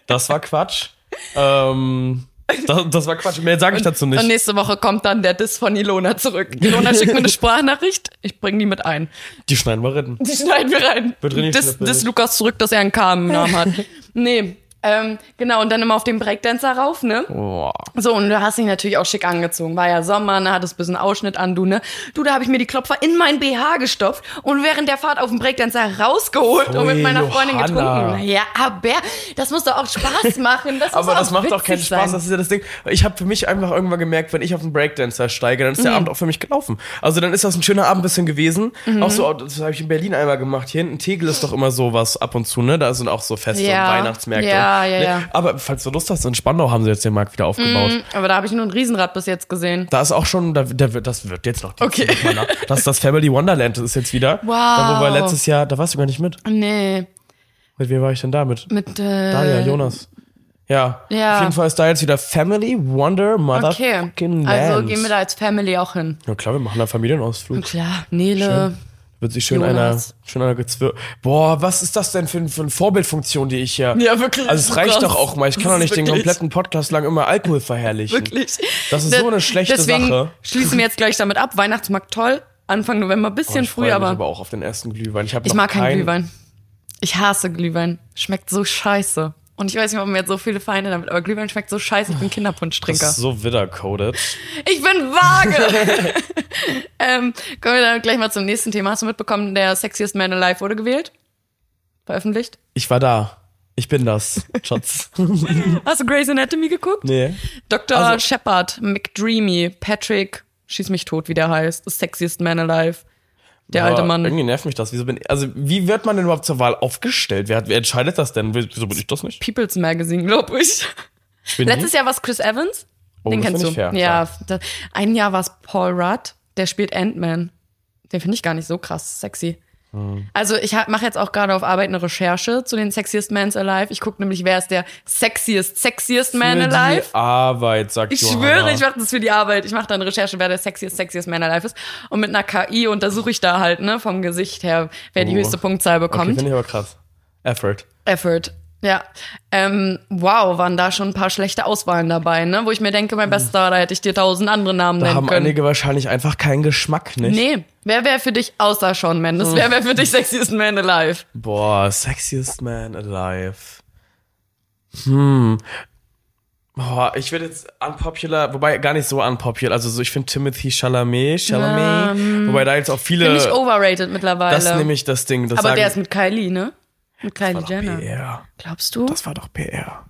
[SPEAKER 1] Das war Quatsch. ähm, das, das war Quatsch. Mehr sage ich dazu Also nicht.
[SPEAKER 2] Und nächste Woche kommt dann der Diss von Ilona zurück. Ilona schickt mir eine Sprachnachricht, ich bringe die mit ein.
[SPEAKER 1] Die schneiden wir rein.
[SPEAKER 2] Die schneiden wir rein.
[SPEAKER 1] Wird richtig
[SPEAKER 2] Diss,
[SPEAKER 1] schnippelig.
[SPEAKER 2] Diss Lukas zurück, dass er einen K im Namen hat. nee, ähm, genau, und dann immer auf den Breakdancer rauf, ne?
[SPEAKER 1] Boah.
[SPEAKER 2] So, und du hast dich natürlich auch schick angezogen. War ja Sommer, ne, hattest ein bisschen Ausschnitt an, du, ne? Du, da habe ich mir die Klopfer in mein BH gestopft und während der Fahrt auf dem Breakdancer rausgeholt und mit
[SPEAKER 1] Pfui,
[SPEAKER 2] meiner Freundin
[SPEAKER 1] Johanna.
[SPEAKER 2] getrunken. Ja, aber das muss doch auch Spaß machen. Das muss
[SPEAKER 1] Aber
[SPEAKER 2] auch
[SPEAKER 1] das macht doch
[SPEAKER 2] witzig
[SPEAKER 1] keinen
[SPEAKER 2] Sein.
[SPEAKER 1] Spaß, das ist ja das Ding. Ich habe für mich einfach irgendwann gemerkt, wenn ich auf den Breakdancer steige, dann ist
[SPEAKER 2] Mhm.
[SPEAKER 1] der Abend auch für mich gelaufen. Also dann ist das ein schöner Abend bisschen gewesen.
[SPEAKER 2] Mhm.
[SPEAKER 1] Auch so, oh, das habe ich in Berlin einmal gemacht. Hier hinten Tegel ist doch immer sowas ab und zu, ne? Da sind auch so Feste
[SPEAKER 2] Ja.
[SPEAKER 1] und Weihnachtsmärkte.
[SPEAKER 2] Ja, Ja, ja, Mhm. ja.
[SPEAKER 1] Aber falls du Lust hast, in Spandau haben sie jetzt den Markt wieder aufgebaut.
[SPEAKER 2] Aber da habe ich nur ein Riesenrad bis jetzt gesehen.
[SPEAKER 1] Da ist auch schon, da, da wird, das wird jetzt noch. die-
[SPEAKER 2] Okay.
[SPEAKER 1] noch mal nach- Das ist das Family Wonderland ist jetzt wieder. Da, wo wir
[SPEAKER 2] Wow.
[SPEAKER 1] letztes Jahr, da warst du gar nicht mit.
[SPEAKER 2] Nee,
[SPEAKER 1] Mit wem war ich denn da mit?
[SPEAKER 2] mit äh,
[SPEAKER 1] Daria, Ah Jonas. Ja.
[SPEAKER 2] ja.
[SPEAKER 1] Auf jeden Fall ist da jetzt wieder Family Wonder
[SPEAKER 2] Okay,
[SPEAKER 1] Motherfucking
[SPEAKER 2] also
[SPEAKER 1] Land.
[SPEAKER 2] gehen wir da als Family auch hin.
[SPEAKER 1] Ja klar, wir machen da Familienausflug.
[SPEAKER 2] Klar, Nele.
[SPEAKER 1] Wird sich schön
[SPEAKER 2] Jonas.
[SPEAKER 1] einer, schön einer gezwir Boah, was ist das denn für, ein- für eine Vorbildfunktion, die ich hier.
[SPEAKER 2] Ja, wirklich,
[SPEAKER 1] Also es
[SPEAKER 2] das
[SPEAKER 1] reicht
[SPEAKER 2] ist
[SPEAKER 1] doch
[SPEAKER 2] krass.
[SPEAKER 1] auch mal. Ich kann
[SPEAKER 2] Das
[SPEAKER 1] doch
[SPEAKER 2] ist
[SPEAKER 1] nicht den
[SPEAKER 2] wirklich-
[SPEAKER 1] kompletten Podcast lang immer Alkohol verherrlichen.
[SPEAKER 2] Wirklich.
[SPEAKER 1] Das ist so eine schlechte
[SPEAKER 2] deswegen
[SPEAKER 1] Sache.
[SPEAKER 2] Schließen wir jetzt gleich damit ab. Weihnachtsmarkt toll. Anfang November bisschen
[SPEAKER 1] Oh, Ich freue
[SPEAKER 2] früh,
[SPEAKER 1] mich
[SPEAKER 2] aber,
[SPEAKER 1] aber auch auf den ersten Glühwein. Ich, hab
[SPEAKER 2] ich
[SPEAKER 1] noch
[SPEAKER 2] mag keinen
[SPEAKER 1] keinen-
[SPEAKER 2] Glühwein. Ich hasse Glühwein. Schmeckt so scheiße. Und ich weiß nicht, warum wir jetzt so viele Feinde damit, aber Glühwein schmeckt so scheiße. Ich bin
[SPEAKER 1] Oh, Das
[SPEAKER 2] Kinderpunschtrinker.
[SPEAKER 1] ist so widder-coded.
[SPEAKER 2] Ich bin vage! ähm, kommen wir dann gleich mal zum nächsten Thema. Hast du mitbekommen, der Sexiest Man Alive wurde gewählt? Veröffentlicht?
[SPEAKER 1] Ich war da. Ich bin das, Schatz.
[SPEAKER 2] Hast du Grey's Anatomy geguckt?
[SPEAKER 1] nee.
[SPEAKER 2] Dr.
[SPEAKER 1] Also-
[SPEAKER 2] Shepard, McDreamy, Patrick, schieß mich tot, wie der heißt, the sexiest man alive. Der alte
[SPEAKER 1] Aber
[SPEAKER 2] Mann.
[SPEAKER 1] Irgendwie nervt mich das. Wieso bin also, wie wird man denn überhaupt zur Wahl aufgestellt? Wer, hat, wer entscheidet das denn? Wieso bin ich das nicht?
[SPEAKER 2] People's Magazine, glaube ich.
[SPEAKER 1] Ich bin
[SPEAKER 2] Letztes Jahr war es Chris Evans.
[SPEAKER 1] Oh,
[SPEAKER 2] den
[SPEAKER 1] das
[SPEAKER 2] kennst
[SPEAKER 1] find
[SPEAKER 2] du.
[SPEAKER 1] ich fair,
[SPEAKER 2] ja, da, ein Jahr war es Paul Rudd, der spielt Ant-Man. Den finde ich gar nicht so krass sexy.
[SPEAKER 1] Hm.
[SPEAKER 2] Also ich mache jetzt auch gerade auf Arbeit eine Recherche zu den Sexiest Mans Alive. Ich gucke nämlich, wer ist der sexiest, sexiest Man
[SPEAKER 1] Für die
[SPEAKER 2] Alive.
[SPEAKER 1] Arbeit, sagt
[SPEAKER 2] Ich
[SPEAKER 1] Johanna.
[SPEAKER 2] schwöre, ich mache das für die Arbeit. Ich mache dann Recherche, wer der sexiest, sexiest Man alive ist. Und mit einer KI untersuche ich da halt, ne, vom Gesicht her, wer die
[SPEAKER 1] Oh.
[SPEAKER 2] höchste Punktzahl
[SPEAKER 1] Okay,
[SPEAKER 2] bekommt.
[SPEAKER 1] finde ich aber krass. Effort.
[SPEAKER 2] Effort. Ja. Ähm, wow, waren da schon ein paar schlechte Auswahlen dabei, ne? Wo ich mir denke, mein Bester, da hätte ich dir tausend andere Namen
[SPEAKER 1] Hm. Da
[SPEAKER 2] nennen
[SPEAKER 1] haben
[SPEAKER 2] können.
[SPEAKER 1] einige wahrscheinlich einfach keinen Geschmack, nicht? Hm.
[SPEAKER 2] Nee, wer wäre für dich außer Shawn Mendes? Wer wäre für dich sexiest Man alive?
[SPEAKER 1] Boah, sexiest man alive. Hm. Boah, ich werde jetzt unpopular, wobei gar nicht so unpopular. Also so, ich finde Timothy Chalamet, Chalamet, wobei da jetzt auch
[SPEAKER 2] Bin Ähm, ich
[SPEAKER 1] viele,
[SPEAKER 2] overrated mittlerweile.
[SPEAKER 1] das ist nämlich das Ding, das
[SPEAKER 2] Aber
[SPEAKER 1] sagen,
[SPEAKER 2] der ist mit Kylie, ne? Mit Kylie
[SPEAKER 1] doch
[SPEAKER 2] Jenner.
[SPEAKER 1] PR.
[SPEAKER 2] Glaubst du?
[SPEAKER 1] Das war doch PR.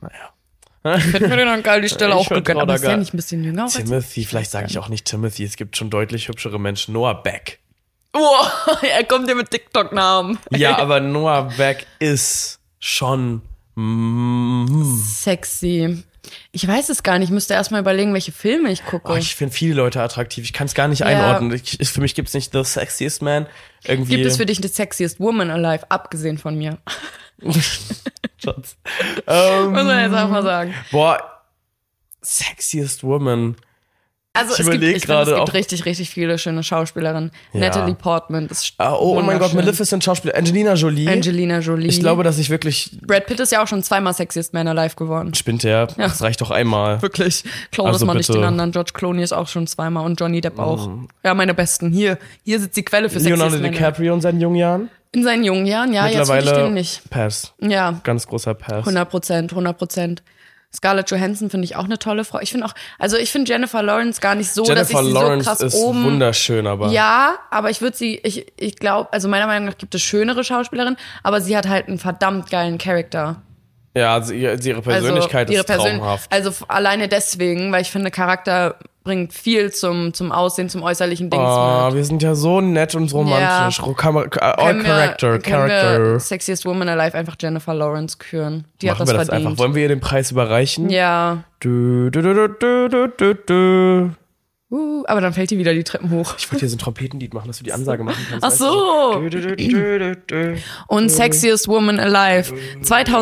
[SPEAKER 1] Naja.
[SPEAKER 2] Hätten wir den an Kylie Stelle
[SPEAKER 1] Ich
[SPEAKER 2] auch
[SPEAKER 1] find
[SPEAKER 2] gegönnt. Aber ist
[SPEAKER 1] Trauder
[SPEAKER 2] der
[SPEAKER 1] geil.
[SPEAKER 2] nicht ein bisschen jünger? auch als-
[SPEAKER 1] Timothy, vielleicht sage ich auch nicht Timothy, es gibt schon deutlich hübschere Menschen. Noah Beck.
[SPEAKER 2] Wow, er kommt dir mit TikTok-Namen.
[SPEAKER 1] Ja, aber Noah Beck ist schon mm,
[SPEAKER 2] Sexy. Ich weiß es gar nicht. Ich müsste erstmal überlegen, welche Filme ich gucke.
[SPEAKER 1] Boah, oh, ich finde viele Leute attraktiv. Ich kann es gar nicht einordnen. Ich, ich- für mich gibt es nicht The Sexiest Man. Irgendwie.
[SPEAKER 2] Gibt es für dich eine sexiest woman alive, abgesehen von mir?
[SPEAKER 1] Schatz. ähm,
[SPEAKER 2] Muss man jetzt auch mal sagen.
[SPEAKER 1] boah, Sexiest Woman.
[SPEAKER 2] Also
[SPEAKER 1] Ich
[SPEAKER 2] es gibt,
[SPEAKER 1] überleg
[SPEAKER 2] ich finde, es
[SPEAKER 1] gerade
[SPEAKER 2] gibt
[SPEAKER 1] auch-
[SPEAKER 2] richtig, richtig viele schöne Schauspielerinnen.
[SPEAKER 1] Ja.
[SPEAKER 2] Natalie Portman ist
[SPEAKER 1] Ah, oh, oh mein Gott,
[SPEAKER 2] wunderschön.
[SPEAKER 1] Maleficent Schauspieler. Angelina Jolie.
[SPEAKER 2] Angelina Jolie.
[SPEAKER 1] ich glaube, dass ich wirklich
[SPEAKER 2] Brad Pitt ist ja auch schon zweimal sexiest man alive geworden.
[SPEAKER 1] spinnt der. Das reicht doch einmal.
[SPEAKER 2] Wirklich. Clone
[SPEAKER 1] Also
[SPEAKER 2] ist mal nicht
[SPEAKER 1] bitte. Mhm.
[SPEAKER 2] den anderen. George Clooney ist auch schon zweimal und Johnny Depp auch. Ja, meine besten. Hier, hier sitzt die Quelle für
[SPEAKER 1] Leonardo
[SPEAKER 2] sexiest man alive.
[SPEAKER 1] DiCaprio in seinen jungen Jahren.
[SPEAKER 2] In seinen jungen Jahren, ja, jetzt finde ich
[SPEAKER 1] Mittlerweile
[SPEAKER 2] den nicht.
[SPEAKER 1] Pass.
[SPEAKER 2] Ja,
[SPEAKER 1] Ganz großer Pass.
[SPEAKER 2] 100 Prozent, 100 Prozent. Scarlett Johansson finde ich auch eine tolle Frau. Ich finde auch, also ich finde Jennifer Lawrence gar nicht so, dass ich
[SPEAKER 1] Jennifer
[SPEAKER 2] sie so
[SPEAKER 1] Lawrence
[SPEAKER 2] krass
[SPEAKER 1] ist
[SPEAKER 2] oben.
[SPEAKER 1] wunderschön, aber.
[SPEAKER 2] Ja, aber ich würde sie, ich, ich glaube, also meiner Meinung nach gibt es schönere Schauspielerinnen, aber sie hat halt einen verdammt geilen Charakter.
[SPEAKER 1] Ja, sie, ihre Persönlichkeit
[SPEAKER 2] also, ihre
[SPEAKER 1] ist
[SPEAKER 2] Persön-
[SPEAKER 1] traumhaft.
[SPEAKER 2] Also f- alleine deswegen, weil ich finde, Charakter bringt viel zum, zum Aussehen, zum äußerlichen Dings
[SPEAKER 1] Ah, wir sind ja so nett und romantisch.
[SPEAKER 2] Ja.
[SPEAKER 1] Ro- Kammer- äh, All
[SPEAKER 2] Können wir-
[SPEAKER 1] Character,
[SPEAKER 2] können
[SPEAKER 1] Character.
[SPEAKER 2] Wir Sexiest Woman Alive einfach Jennifer Lawrence küren. Die
[SPEAKER 1] Machen
[SPEAKER 2] hat
[SPEAKER 1] wir
[SPEAKER 2] das
[SPEAKER 1] das
[SPEAKER 2] verdient.
[SPEAKER 1] einfach. Wollen wir ihr den Preis überreichen?
[SPEAKER 2] ja.
[SPEAKER 1] Du, du, du, du, du, du, du.
[SPEAKER 2] Uh, aber dann fällt die wieder die Treppen hoch.
[SPEAKER 1] Ich wollte hier so ein Trompetenlied machen, dass du die Ansage machen kannst.
[SPEAKER 2] Ach so.
[SPEAKER 1] Du, du, du, du, du.
[SPEAKER 2] und Sexiest Woman Alive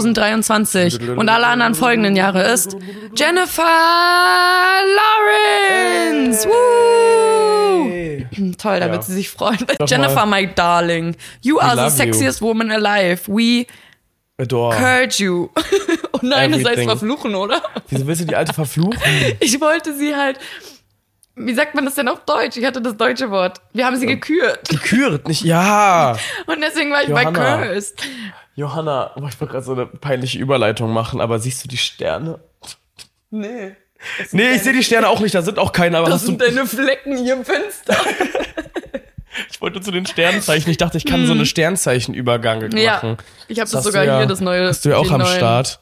[SPEAKER 2] 2023 und alle anderen folgenden Jahre ist Jennifer Lawrence. Woo!
[SPEAKER 1] Hey.
[SPEAKER 2] Toll, da
[SPEAKER 1] Ja.
[SPEAKER 2] wird sie sich freuen.
[SPEAKER 1] Nochmal.
[SPEAKER 2] Jennifer, my darling, you
[SPEAKER 1] love
[SPEAKER 2] are the
[SPEAKER 1] you.
[SPEAKER 2] sexiest woman alive. We
[SPEAKER 1] Adore.
[SPEAKER 2] heard you. oh nein, das heißt
[SPEAKER 1] Everything.
[SPEAKER 2] verfluchen, oder?
[SPEAKER 1] Wieso willst du die alte verfluchen?
[SPEAKER 2] Ich wollte sie halt. Wie sagt man das denn auf Deutsch? Ich hatte das deutsche Wort. Wir haben sie gekürt.
[SPEAKER 1] Kürt nicht. Ja.
[SPEAKER 2] Und deswegen war ich
[SPEAKER 1] Johanna.
[SPEAKER 2] bei cursed.
[SPEAKER 1] Johanna, oh, ich wollte gerade so eine peinliche Überleitung machen, aber siehst du die Sterne?
[SPEAKER 2] Nee.
[SPEAKER 1] Nee, ich sehe die Sterne auch nicht. Da sind auch keine, aber
[SPEAKER 2] Das
[SPEAKER 1] hast du
[SPEAKER 2] sind deine Flecken hier im Fenster.
[SPEAKER 1] Ich wollte zu den Sternzeichen. Ich dachte, ich kann so eine Sternzeichenübergang machen.
[SPEAKER 2] Hm. Ja. Ich habe das
[SPEAKER 1] hast du
[SPEAKER 2] sogar
[SPEAKER 1] ja-
[SPEAKER 2] hier, das neue.
[SPEAKER 1] Hast du ja auch
[SPEAKER 2] die
[SPEAKER 1] am
[SPEAKER 2] neuen- Hm.
[SPEAKER 1] Start.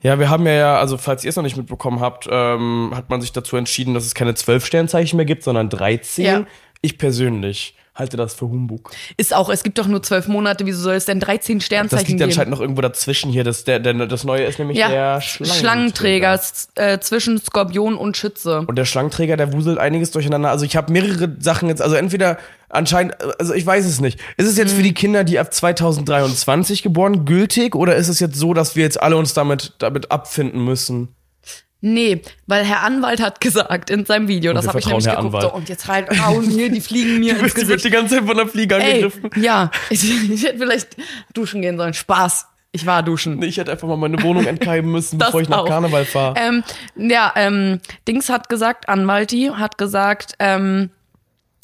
[SPEAKER 1] Ja, wir haben ja, ja, also falls ihr es noch nicht mitbekommen habt, ähm, hat man sich dazu entschieden, dass es keine zwölf Sternzeichen mehr gibt, sondern 13.
[SPEAKER 2] Ja.
[SPEAKER 1] Ich persönlich halte das für Humbug.
[SPEAKER 2] Ist auch, es gibt doch nur zwölf Monate, wieso soll es denn 13
[SPEAKER 1] Das
[SPEAKER 2] Sternzeichen
[SPEAKER 1] liegt
[SPEAKER 2] geben?
[SPEAKER 1] anscheinend noch irgendwo dazwischen hier. Das, der, der, das neue ist nämlich
[SPEAKER 2] ja,
[SPEAKER 1] der
[SPEAKER 2] Schlangenträger,
[SPEAKER 1] Schlangenträger.
[SPEAKER 2] s- äh, zwischen Skorpion und Schütze.
[SPEAKER 1] Und der Schlangenträger, der wuselt einiges durcheinander. Also ich habe mehrere Sachen jetzt, also entweder anscheinend, also ich weiß es nicht. Ist es jetzt für die Kinder, die ab 2023 geboren, gültig oder ist es jetzt so, dass wir jetzt alle uns damit, damit abfinden müssen?
[SPEAKER 2] Nee, weil Herr Anwalt hat gesagt in seinem Video, das
[SPEAKER 1] wir
[SPEAKER 2] habe ich
[SPEAKER 1] vertrauen
[SPEAKER 2] nämlich
[SPEAKER 1] Herr
[SPEAKER 2] geguckt.
[SPEAKER 1] Anwalt.
[SPEAKER 2] So, und jetzt halt hauen mir, die fliegen mir ins
[SPEAKER 1] Die wird
[SPEAKER 2] Gesicht.
[SPEAKER 1] die ganze Zeit von der Fliege
[SPEAKER 2] Ey,
[SPEAKER 1] angegriffen.
[SPEAKER 2] ja, ich, ich hätte vielleicht duschen gehen sollen. Spaß, ich war duschen.
[SPEAKER 1] Ich hätte einfach mal meine Wohnung entkeimen müssen,
[SPEAKER 2] Das
[SPEAKER 1] bevor ich nach
[SPEAKER 2] auch.
[SPEAKER 1] Karneval fahre.
[SPEAKER 2] Ähm, ja, ähm, Dings hat gesagt, Anwalti hat gesagt, ähm,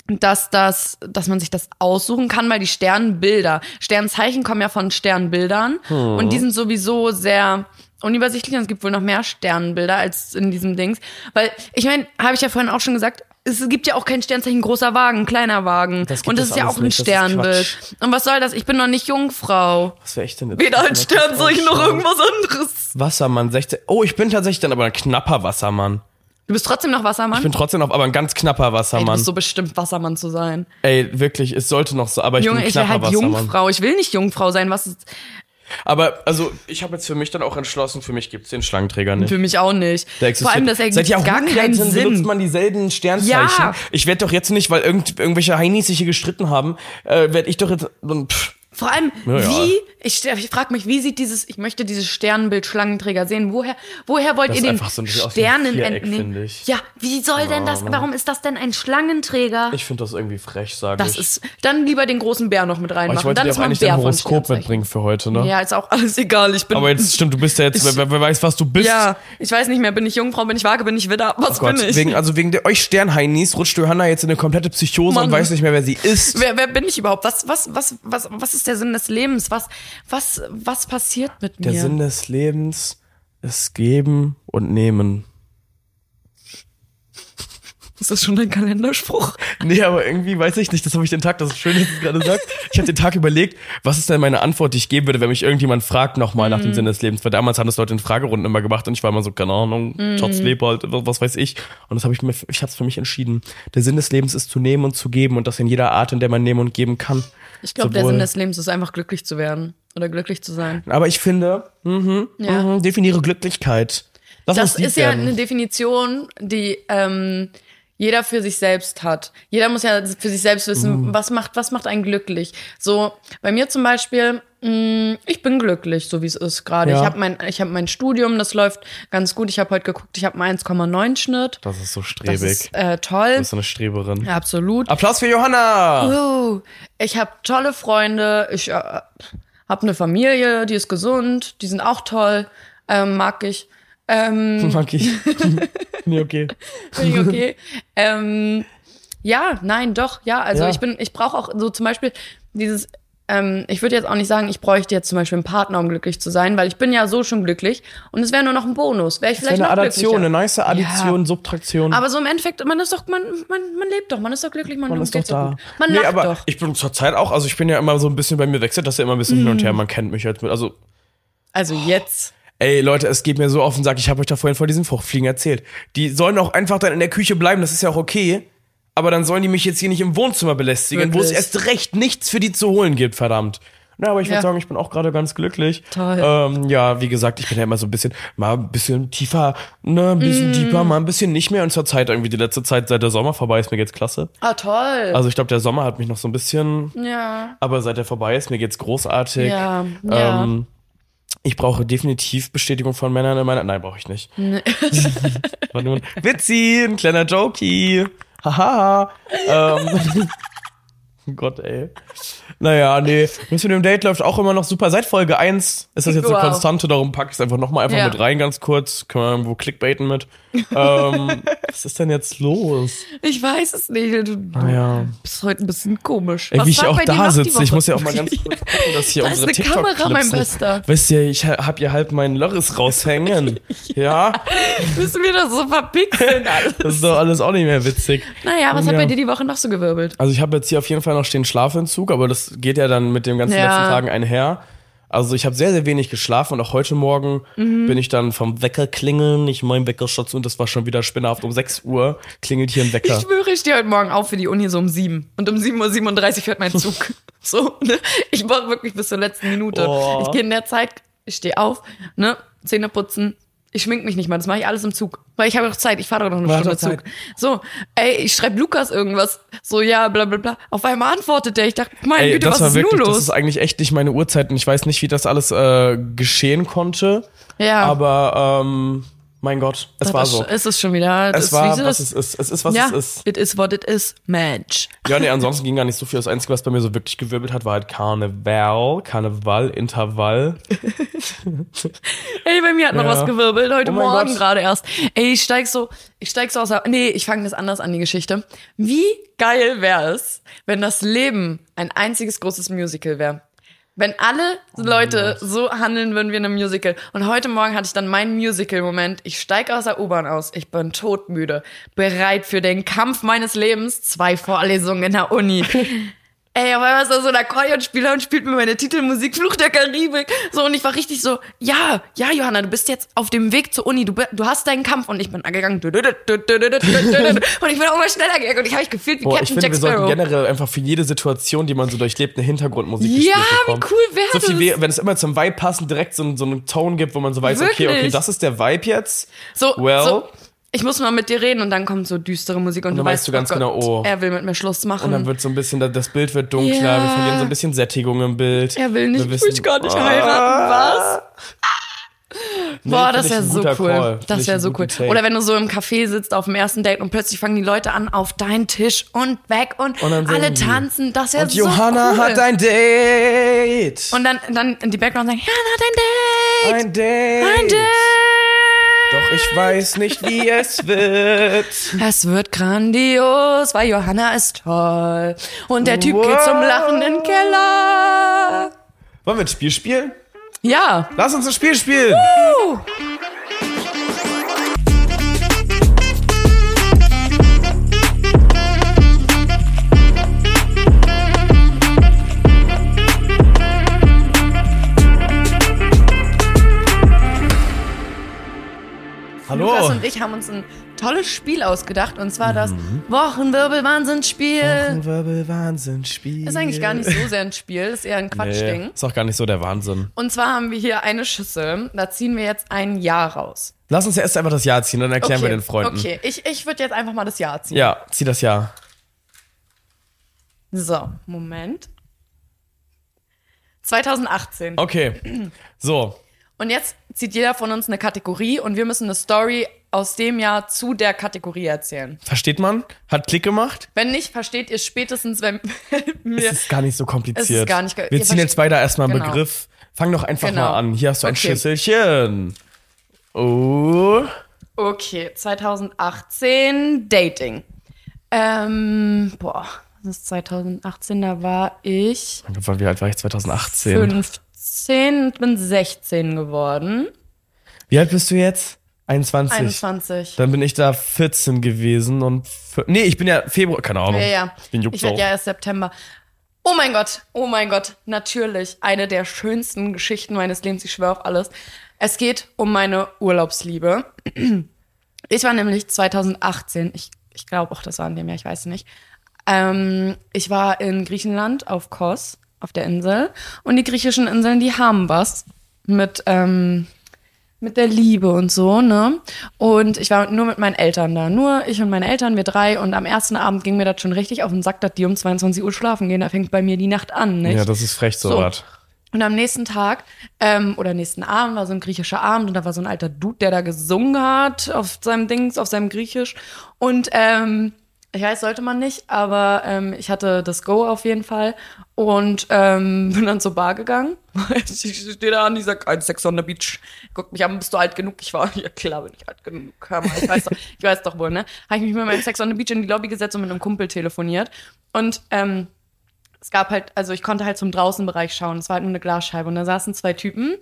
[SPEAKER 2] dass das, dass man sich das aussuchen kann, weil die Sternbilder, Sternzeichen kommen ja von Sternbildern
[SPEAKER 1] Hm.
[SPEAKER 2] und die sind sowieso sehr unübersichtlich und es gibt wohl noch mehr Sternbilder als in diesem Dings, weil ich meine, habe ich ja vorhin auch schon gesagt, es gibt ja auch kein Sternzeichen großer Wagen, kleiner Wagen
[SPEAKER 1] Das gibt
[SPEAKER 2] und das
[SPEAKER 1] es
[SPEAKER 2] ist ja
[SPEAKER 1] alles
[SPEAKER 2] auch ein
[SPEAKER 1] nicht, das ist
[SPEAKER 2] Sternbild. Und was soll das? Ich bin noch nicht Jungfrau.
[SPEAKER 1] Was wäre ich denn jetzt?
[SPEAKER 2] Weder ein
[SPEAKER 1] Was wär ich
[SPEAKER 2] Sternzeichen noch
[SPEAKER 1] denn?
[SPEAKER 2] irgendwas anderes.
[SPEAKER 1] Wassermann 16. Oh, ich bin tatsächlich dann aber ein knapper Wassermann.
[SPEAKER 2] Du bist trotzdem noch Wassermann?
[SPEAKER 1] Ich bin trotzdem noch aber ein ganz knapper
[SPEAKER 2] Ey, du
[SPEAKER 1] Wassermann.
[SPEAKER 2] bist so bestimmt Wassermann zu sein.
[SPEAKER 1] Ey, wirklich, es sollte noch so, aber ich
[SPEAKER 2] Junge,
[SPEAKER 1] bin ein
[SPEAKER 2] ich wäre
[SPEAKER 1] knapper
[SPEAKER 2] halt
[SPEAKER 1] Wassermann.
[SPEAKER 2] Jungfrau. Ich will nicht Jungfrau sein. Was ist
[SPEAKER 1] Aber also, ich habe jetzt für mich dann auch entschlossen, für mich gibt's den Schlangenträger nicht.
[SPEAKER 2] für mich auch nicht.
[SPEAKER 1] Der
[SPEAKER 2] Vor allem, das ergibt
[SPEAKER 1] Seit
[SPEAKER 2] gar keinen
[SPEAKER 1] Jahrhunderten benutzt
[SPEAKER 2] Sinn.
[SPEAKER 1] man dieselben Sternzeichen.
[SPEAKER 2] Ja.
[SPEAKER 1] Ich werde doch jetzt nicht, weil irgend, irgendwelche Heinis sich hier gestritten haben, äh, werde ich doch jetzt. Pff,
[SPEAKER 2] Vor allem,
[SPEAKER 1] Ja, ja.
[SPEAKER 2] wie, ich, ste- ich frage mich, wie sieht dieses, ich möchte dieses Sternbild Schlangenträger sehen. Woher, woher wollt
[SPEAKER 1] Das
[SPEAKER 2] ihr
[SPEAKER 1] ist
[SPEAKER 2] den
[SPEAKER 1] einfach so ein bisschen aus dem
[SPEAKER 2] Sternen
[SPEAKER 1] Viereck, finde
[SPEAKER 2] entnehmen?
[SPEAKER 1] ich.
[SPEAKER 2] Ja, wie soll denn das, warum ist das denn ein Schlangenträger?
[SPEAKER 1] ich finde das irgendwie frech, sage
[SPEAKER 2] das
[SPEAKER 1] ich.
[SPEAKER 2] ist, dann lieber den großen Bär noch mit
[SPEAKER 1] aber Oh, ich
[SPEAKER 2] reinmachen.
[SPEAKER 1] wollte
[SPEAKER 2] dann
[SPEAKER 1] dir
[SPEAKER 2] ist
[SPEAKER 1] auch
[SPEAKER 2] man ein
[SPEAKER 1] eigentlich dein
[SPEAKER 2] Bär von
[SPEAKER 1] Horoskop
[SPEAKER 2] Sternzeichen.
[SPEAKER 1] mitbringen für heute, ne?
[SPEAKER 2] Ja, ist auch alles egal. Ich bin,
[SPEAKER 1] Aber jetzt stimmt, du bist ja jetzt,
[SPEAKER 2] Ich-
[SPEAKER 1] wer, wer weiß, was du bist.
[SPEAKER 2] ja, ich weiß nicht mehr, bin ich Jungfrau, bin ich Waage, bin ich Widder, was
[SPEAKER 1] Gott,
[SPEAKER 2] bin ich?
[SPEAKER 1] wegen, also wegen der euch Sternheinis rutscht Johanna jetzt in eine komplette Psychose
[SPEAKER 2] Mann.
[SPEAKER 1] und weiß nicht mehr, wer sie ist.
[SPEAKER 2] Wer, wer bin ich überhaupt? Was, was, was, was, was ist der Sinn des Lebens? Was, was, was passiert mit mir?
[SPEAKER 1] Der Sinn des Lebens ist geben und nehmen.
[SPEAKER 2] Ist das schon ein Kalenderspruch?
[SPEAKER 1] Nee, aber irgendwie weiß ich nicht, das habe ich den Tag, das ist schön, dass du es gerade sagst. Ich habe den Tag überlegt, was ist denn meine Antwort, die ich geben würde, wenn mich irgendjemand fragt nochmal nach
[SPEAKER 2] Mhm.
[SPEAKER 1] dem Sinn des Lebens. Weil damals haben das Leute in Fragerunden immer gemacht und ich war immer so, keine Ahnung,
[SPEAKER 2] Mhm.
[SPEAKER 1] Schatz Leopold, was weiß ich. Und das habe ich mir, ich habe es für mich entschieden. Der Sinn des Lebens ist zu nehmen und zu geben und das in jeder Art, in der man nehmen und geben kann.
[SPEAKER 2] Ich glaube, der
[SPEAKER 1] Sowohl-
[SPEAKER 2] Sinn des Lebens ist einfach glücklich zu werden oder glücklich zu sein.
[SPEAKER 1] Aber ich finde,
[SPEAKER 2] Ja.
[SPEAKER 1] mhm, definiere Glücklichkeit. Lass
[SPEAKER 2] Das
[SPEAKER 1] uns
[SPEAKER 2] ist ja
[SPEAKER 1] werden.
[SPEAKER 2] eine Definition, die ähm, jeder für sich selbst hat. Jeder muss ja für sich selbst wissen,
[SPEAKER 1] Mhm.
[SPEAKER 2] was macht, was macht einen glücklich. So bei mir zum Beispiel, mh, ich bin glücklich, so wie es ist gerade.
[SPEAKER 1] Ja.
[SPEAKER 2] Ich habe mein, ich habe mein Studium, das läuft ganz gut. Ich habe heute geguckt, ich habe einen 1,9 Schnitt.
[SPEAKER 1] Das ist so strebig.
[SPEAKER 2] Das ist äh, toll.
[SPEAKER 1] so eine Streberin.
[SPEAKER 2] Absolut.
[SPEAKER 1] Applaus für Johanna!
[SPEAKER 2] Uh, ich habe tolle Freunde, ich äh, habe eine Familie, die ist gesund, die sind auch toll, ähm, mag ich. Ähm,
[SPEAKER 1] Mag ich. nee, okay.
[SPEAKER 2] Finde ich okay. ähm, ja, nein, doch, ja. Also
[SPEAKER 1] Ja.
[SPEAKER 2] ich bin, ich brauche auch so zum Beispiel dieses, ähm, ich würde jetzt auch nicht sagen, ich bräuchte jetzt zum Beispiel einen Partner, um glücklich zu sein, weil ich bin ja so schon glücklich und es wäre nur noch ein Bonus. Wäre ich
[SPEAKER 1] Das
[SPEAKER 2] vielleicht
[SPEAKER 1] wäre eine
[SPEAKER 2] noch
[SPEAKER 1] Addition, eine
[SPEAKER 2] glücklicher.
[SPEAKER 1] nice Addition, Subtraktion.
[SPEAKER 2] Aber so im Endeffekt, man ist doch, man, man, man lebt doch, man ist doch glücklich, man,
[SPEAKER 1] man ist doch
[SPEAKER 2] geht's doch
[SPEAKER 1] da.
[SPEAKER 2] gut. Man
[SPEAKER 1] nee,
[SPEAKER 2] lacht
[SPEAKER 1] aber
[SPEAKER 2] doch. Mhm.
[SPEAKER 1] ich bin zurzeit auch, also ich bin ja immer so ein bisschen bei mir wechselt, das ja immer ein bisschen hin und her. Man kennt mich jetzt mit. Also,
[SPEAKER 2] Also jetzt.
[SPEAKER 1] ey Leute, es geht mir so auf den Sack. Ich habe euch da vorhin vor diesen Fruchtfliegen erzählt. Die sollen auch einfach dann in der Küche bleiben, das ist ja auch okay. Aber dann sollen die mich jetzt hier nicht im Wohnzimmer belästigen, wo es
[SPEAKER 2] Wirklich.
[SPEAKER 1] erst recht nichts für die zu holen gibt, verdammt. Na, aber ich würde
[SPEAKER 2] Ja.
[SPEAKER 1] sagen, ich bin auch gerade ganz glücklich.
[SPEAKER 2] Toll.
[SPEAKER 1] Ähm, ja, wie gesagt, ich bin ja immer so ein bisschen, mal ein bisschen tiefer, ne, ein bisschen
[SPEAKER 2] Mm.
[SPEAKER 1] deeper, mal ein bisschen nicht mehr. Und zur Zeit irgendwie, die letzte Zeit, seit der Sommer vorbei ist, mir geht's klasse.
[SPEAKER 2] Ah, toll.
[SPEAKER 1] Also ich glaube, der Sommer hat mich noch so ein bisschen,
[SPEAKER 2] ja.
[SPEAKER 1] aber seit er vorbei ist, mir geht's großartig.
[SPEAKER 2] Ja, ja.
[SPEAKER 1] Ähm, ich brauche definitiv Bestätigung von Männern in meiner. Nein, brauche ich nicht. War nur ein Witzi, ein kleiner Jokey. Haha. Ähm, Gott, ey. Naja, nee. Das mit dem Date läuft auch immer noch super. Seit Folge 1 ist das jetzt
[SPEAKER 2] Wow.
[SPEAKER 1] eine Konstante, darum packe ich es einfach nochmal einfach
[SPEAKER 2] Ja.
[SPEAKER 1] mit rein, ganz kurz. Können wir irgendwo clickbaiten mit. Ähm, was ist denn jetzt los?
[SPEAKER 2] Ich weiß es nicht. Du, du
[SPEAKER 1] Naja.
[SPEAKER 2] bist heute ein bisschen komisch.
[SPEAKER 1] Ah, Ey,
[SPEAKER 2] Was
[SPEAKER 1] wie ich
[SPEAKER 2] war
[SPEAKER 1] auch
[SPEAKER 2] bei dir noch
[SPEAKER 1] da
[SPEAKER 2] die
[SPEAKER 1] sitze. Ich
[SPEAKER 2] Woche?
[SPEAKER 1] muss ja auch mal ganz kurz gucken, dass hier
[SPEAKER 2] Da ist
[SPEAKER 1] unsere
[SPEAKER 2] eine
[SPEAKER 1] tiktok
[SPEAKER 2] Kamera, mein
[SPEAKER 1] Clips sind.
[SPEAKER 2] Bester.
[SPEAKER 1] Wisst ihr, ich ha- hab hier halb meinen Loris raushängen. ja.
[SPEAKER 2] Müssen wir das so verpixeln alles?
[SPEAKER 1] das ist doch alles auch nicht mehr witzig.
[SPEAKER 2] Naja, was hat
[SPEAKER 1] Ja.
[SPEAKER 2] bei dir die Woche noch so gewirbelt?
[SPEAKER 1] Also ich habe jetzt hier auf jeden Fall noch stehen Schlafentzug, aber das geht ja dann mit dem ganzen
[SPEAKER 2] Ja.
[SPEAKER 1] letzten Tagen einher. Also ich habe sehr, sehr wenig geschlafen und auch heute Morgen
[SPEAKER 2] Mhm.
[SPEAKER 1] bin ich dann vom Wecker klingeln, ich mein Wecker schotze und das war schon wieder spinnerhaft. Um 6 Uhr klingelt hier ein Wecker.
[SPEAKER 2] Ich schwöre, ich stehe heute Morgen auf für die Uni so um sieben. Und um 7.37 Uhr fährt mein Zug. so, ne? Ich brauche wirklich bis zur letzten Minute.
[SPEAKER 1] Oh.
[SPEAKER 2] Ich gehe in der Zeit, ich stehe auf, ne? Zähne putzen. Ich schmink mich nicht mal, das mache ich alles im Zug. Weil ich habe doch Zeit, ich fahre doch noch eine
[SPEAKER 1] Man hat
[SPEAKER 2] Stunde
[SPEAKER 1] doch Zeit.
[SPEAKER 2] Zug. So, ey, ich schreibe Lukas irgendwas. So, ja, bla bla bla. Auf einmal antwortet der. Ich dachte, meine
[SPEAKER 1] Ey,
[SPEAKER 2] Güte,
[SPEAKER 1] das
[SPEAKER 2] was ist
[SPEAKER 1] war wirklich,
[SPEAKER 2] nun
[SPEAKER 1] das
[SPEAKER 2] los?
[SPEAKER 1] ist eigentlich echt nicht meine Uhrzeit und ich weiß nicht, wie das alles äh, geschehen konnte.
[SPEAKER 2] Ja.
[SPEAKER 1] Aber ähm, mein Gott, es war so.
[SPEAKER 2] Es Ah. ist schon wieder. das
[SPEAKER 1] Es
[SPEAKER 2] ist,
[SPEAKER 1] war,
[SPEAKER 2] wie
[SPEAKER 1] was
[SPEAKER 2] das-
[SPEAKER 1] es ist. Es ist, was
[SPEAKER 2] ja,
[SPEAKER 1] es ist.
[SPEAKER 2] It is what it is. Mensch.
[SPEAKER 1] Ja, nee, ansonsten ging gar nicht so viel. Das Einzige, was bei mir so wirklich gewirbelt hat, war halt Karneval, Karneval, Intervall.
[SPEAKER 2] Ey, bei mir hat noch
[SPEAKER 1] Ja.
[SPEAKER 2] was gewirbelt heute
[SPEAKER 1] Oh mein
[SPEAKER 2] Morgen
[SPEAKER 1] Gott.
[SPEAKER 2] gerade erst. Ey, ich steig so, ich steig so aus. der- Nee, ich fange das anders an, die Geschichte. Wie geil wäre es, wenn das Leben ein einziges großes Musical wäre? Wenn alle
[SPEAKER 1] Oh
[SPEAKER 2] Leute so handeln würden wie in einem Musical. Und heute Morgen hatte ich dann meinen Musical-Moment. Ich steig aus der U-Bahn aus. Ich bin todmüde. Bereit für den Kampf meines Lebens. Zwei Vorlesungen in der Uni. Ey, auf einmal ist da so ein Akkordeonspieler und spielt mir meine Titelmusik Fluch der Karibik. So, und ich war richtig so, ja, ja, Johanna, du bist jetzt auf dem Weg zur Uni, du, bi- du hast deinen Kampf. Und ich bin angegangen. Und ich bin auch immer schneller gegangen und ich habe mich gefühlt wie
[SPEAKER 1] Boah, ich
[SPEAKER 2] Captain
[SPEAKER 1] finde,
[SPEAKER 2] Jack
[SPEAKER 1] wir sollten
[SPEAKER 2] Sparrow.
[SPEAKER 1] generell einfach für jede Situation, die man so durchlebt, eine Hintergrundmusik
[SPEAKER 2] Ja,
[SPEAKER 1] gespielt
[SPEAKER 2] wie
[SPEAKER 1] bekommen.
[SPEAKER 2] cool wär
[SPEAKER 1] so viel
[SPEAKER 2] das?
[SPEAKER 1] weh- Wenn es immer zum Vibe passend direkt so, einen- so einen Tone gibt, wo man so weiß, okay, okay,
[SPEAKER 2] Wirklich?
[SPEAKER 1] das ist der Vibe jetzt.
[SPEAKER 2] So,
[SPEAKER 1] Well.
[SPEAKER 2] so, ich muss mal mit dir reden und dann kommt so düstere Musik und,
[SPEAKER 1] dann weißt du ganz
[SPEAKER 2] Gott,
[SPEAKER 1] genau, oh.
[SPEAKER 2] er will mit mir Schluss machen.
[SPEAKER 1] Und dann wird so ein bisschen, das Bild wird dunkler,
[SPEAKER 2] Ja.
[SPEAKER 1] wir verlieren so ein bisschen Sättigung im Bild.
[SPEAKER 2] er will nicht,
[SPEAKER 1] Wir oh. ah.
[SPEAKER 2] ich will gar nicht heiraten, was? Boah, das wäre so cool. Das wäre so cool. Oder wenn du so im Café sitzt auf dem ersten Date und plötzlich fangen die Leute an auf deinen Tisch und weg und,
[SPEAKER 1] Und dann
[SPEAKER 2] alle
[SPEAKER 1] singen die.
[SPEAKER 2] tanzen. Das wäre
[SPEAKER 1] Und
[SPEAKER 2] so
[SPEAKER 1] Johanna
[SPEAKER 2] cool.
[SPEAKER 1] hat ein Date.
[SPEAKER 2] und dann, dann in die Background sagen, Johanna hat ein Date.
[SPEAKER 1] ein Date.
[SPEAKER 2] Ein Date.
[SPEAKER 1] Doch ich weiß nicht, wie es wird.
[SPEAKER 2] Es wird grandios, weil Johanna ist toll. Und der Typ geht
[SPEAKER 1] Wow.
[SPEAKER 2] zum lachenden Keller.
[SPEAKER 1] Wollen wir ein Spiel spielen?
[SPEAKER 2] Ja.
[SPEAKER 1] Lass uns ein Spiel spielen.
[SPEAKER 2] Uh. Lukas
[SPEAKER 1] Hallo.
[SPEAKER 2] und ich haben uns ein tolles Spiel ausgedacht und zwar das
[SPEAKER 1] Mhm.
[SPEAKER 2] Wochenwirbel-Wahnsinnsspiel.
[SPEAKER 1] Wahnsinn, Spiel.
[SPEAKER 2] Ist eigentlich gar nicht so sehr ein Spiel, ist eher ein Quatschding.
[SPEAKER 1] Ist auch gar nicht so der Wahnsinn.
[SPEAKER 2] Und zwar haben wir hier eine Schüssel, da ziehen wir jetzt ein Jahr raus.
[SPEAKER 1] Lass uns ja erst einfach das Jahr ziehen, dann erklären wir den Freunden.
[SPEAKER 2] Okay, ich, ich würde jetzt einfach mal das Jahr ziehen.
[SPEAKER 1] Ja, zieh das Jahr.
[SPEAKER 2] So, Moment. 2018.
[SPEAKER 1] Oh. Okay. So.
[SPEAKER 2] Und jetzt zieht jeder von uns eine Kategorie und wir müssen eine Story aus dem Jahr zu der Kategorie erzählen.
[SPEAKER 1] Versteht man? Hat Klick gemacht?
[SPEAKER 2] Wenn nicht, versteht ihr spätestens, wenn wir.
[SPEAKER 1] Es ist gar nicht so
[SPEAKER 2] Es
[SPEAKER 1] kompliziert.
[SPEAKER 2] ist gar nicht ge-
[SPEAKER 1] Wir
[SPEAKER 2] ihr
[SPEAKER 1] ziehen jetzt
[SPEAKER 2] versteht-
[SPEAKER 1] beide erstmal einen
[SPEAKER 2] Genau.
[SPEAKER 1] Begriff. Fang doch einfach
[SPEAKER 2] Genau.
[SPEAKER 1] mal an. Hier hast du ein
[SPEAKER 2] Okay.
[SPEAKER 1] Schüsselchen. Oh.
[SPEAKER 2] Okay, 2018 Dating. Ähm, boah, das ist 2018, da war ich
[SPEAKER 1] Mein Gott, wann- wie alt war ich? 2018.
[SPEAKER 2] 15 und bin 16 geworden.
[SPEAKER 1] Wie alt bist du jetzt? 21.
[SPEAKER 2] 21.
[SPEAKER 1] Dann bin ich da 14 gewesen und. fü- Nee, ich bin ja Februar. Keine Ahnung.
[SPEAKER 2] Ja, ja.
[SPEAKER 1] Ich bin juckt
[SPEAKER 2] werd
[SPEAKER 1] auch.
[SPEAKER 2] ja erst September. Oh mein Gott, oh mein Gott, natürlich eine der schönsten Geschichten meines Lebens, ich schwöre auf alles. Es geht um meine Urlaubsliebe. Ich war nämlich 2018, ich, ich glaube auch, das war in dem Jahr, ich weiß nicht. Ähm, ich war in Griechenland auf Kos, auf der Insel. Und die griechischen Inseln, die haben was mit, ähm, mit der Liebe und so, ne? Und ich war nur mit meinen Eltern da. Nur ich und meine Eltern, wir drei. Und am ersten Abend ging mir das schon richtig auf den Sack, dass die um 22 Uhr schlafen gehen. Da fängt bei mir die Nacht an, nicht?
[SPEAKER 1] ja, das ist frech, so,
[SPEAKER 2] So.
[SPEAKER 1] was.
[SPEAKER 2] Und am nächsten Tag ähm, oder nächsten Abend war so ein griechischer Abend und da war so ein alter Dude, der da gesungen hat auf seinem Dings, auf seinem Griechisch. Und ähm, ich weiß, sollte man nicht, aber ähm, ich hatte das Go auf jeden Fall und ähm, bin dann zur Bar gegangen. Ich stehe da an, die sagt, ein Sex on the Beach. Guck mich an, bist du alt genug? Ich war, ja klar, bin ich alt genug. Hör mal, ich weiß doch, ich weiß doch wohl, ne? Habe ich mich mit meinem Sex on the Beach in die Lobby gesetzt und mit einem Kumpel telefoniert. Und ähm, es gab halt, also ich konnte halt zum Draußenbereich schauen. Es war halt nur eine Glasscheibe und da saßen zwei Typen.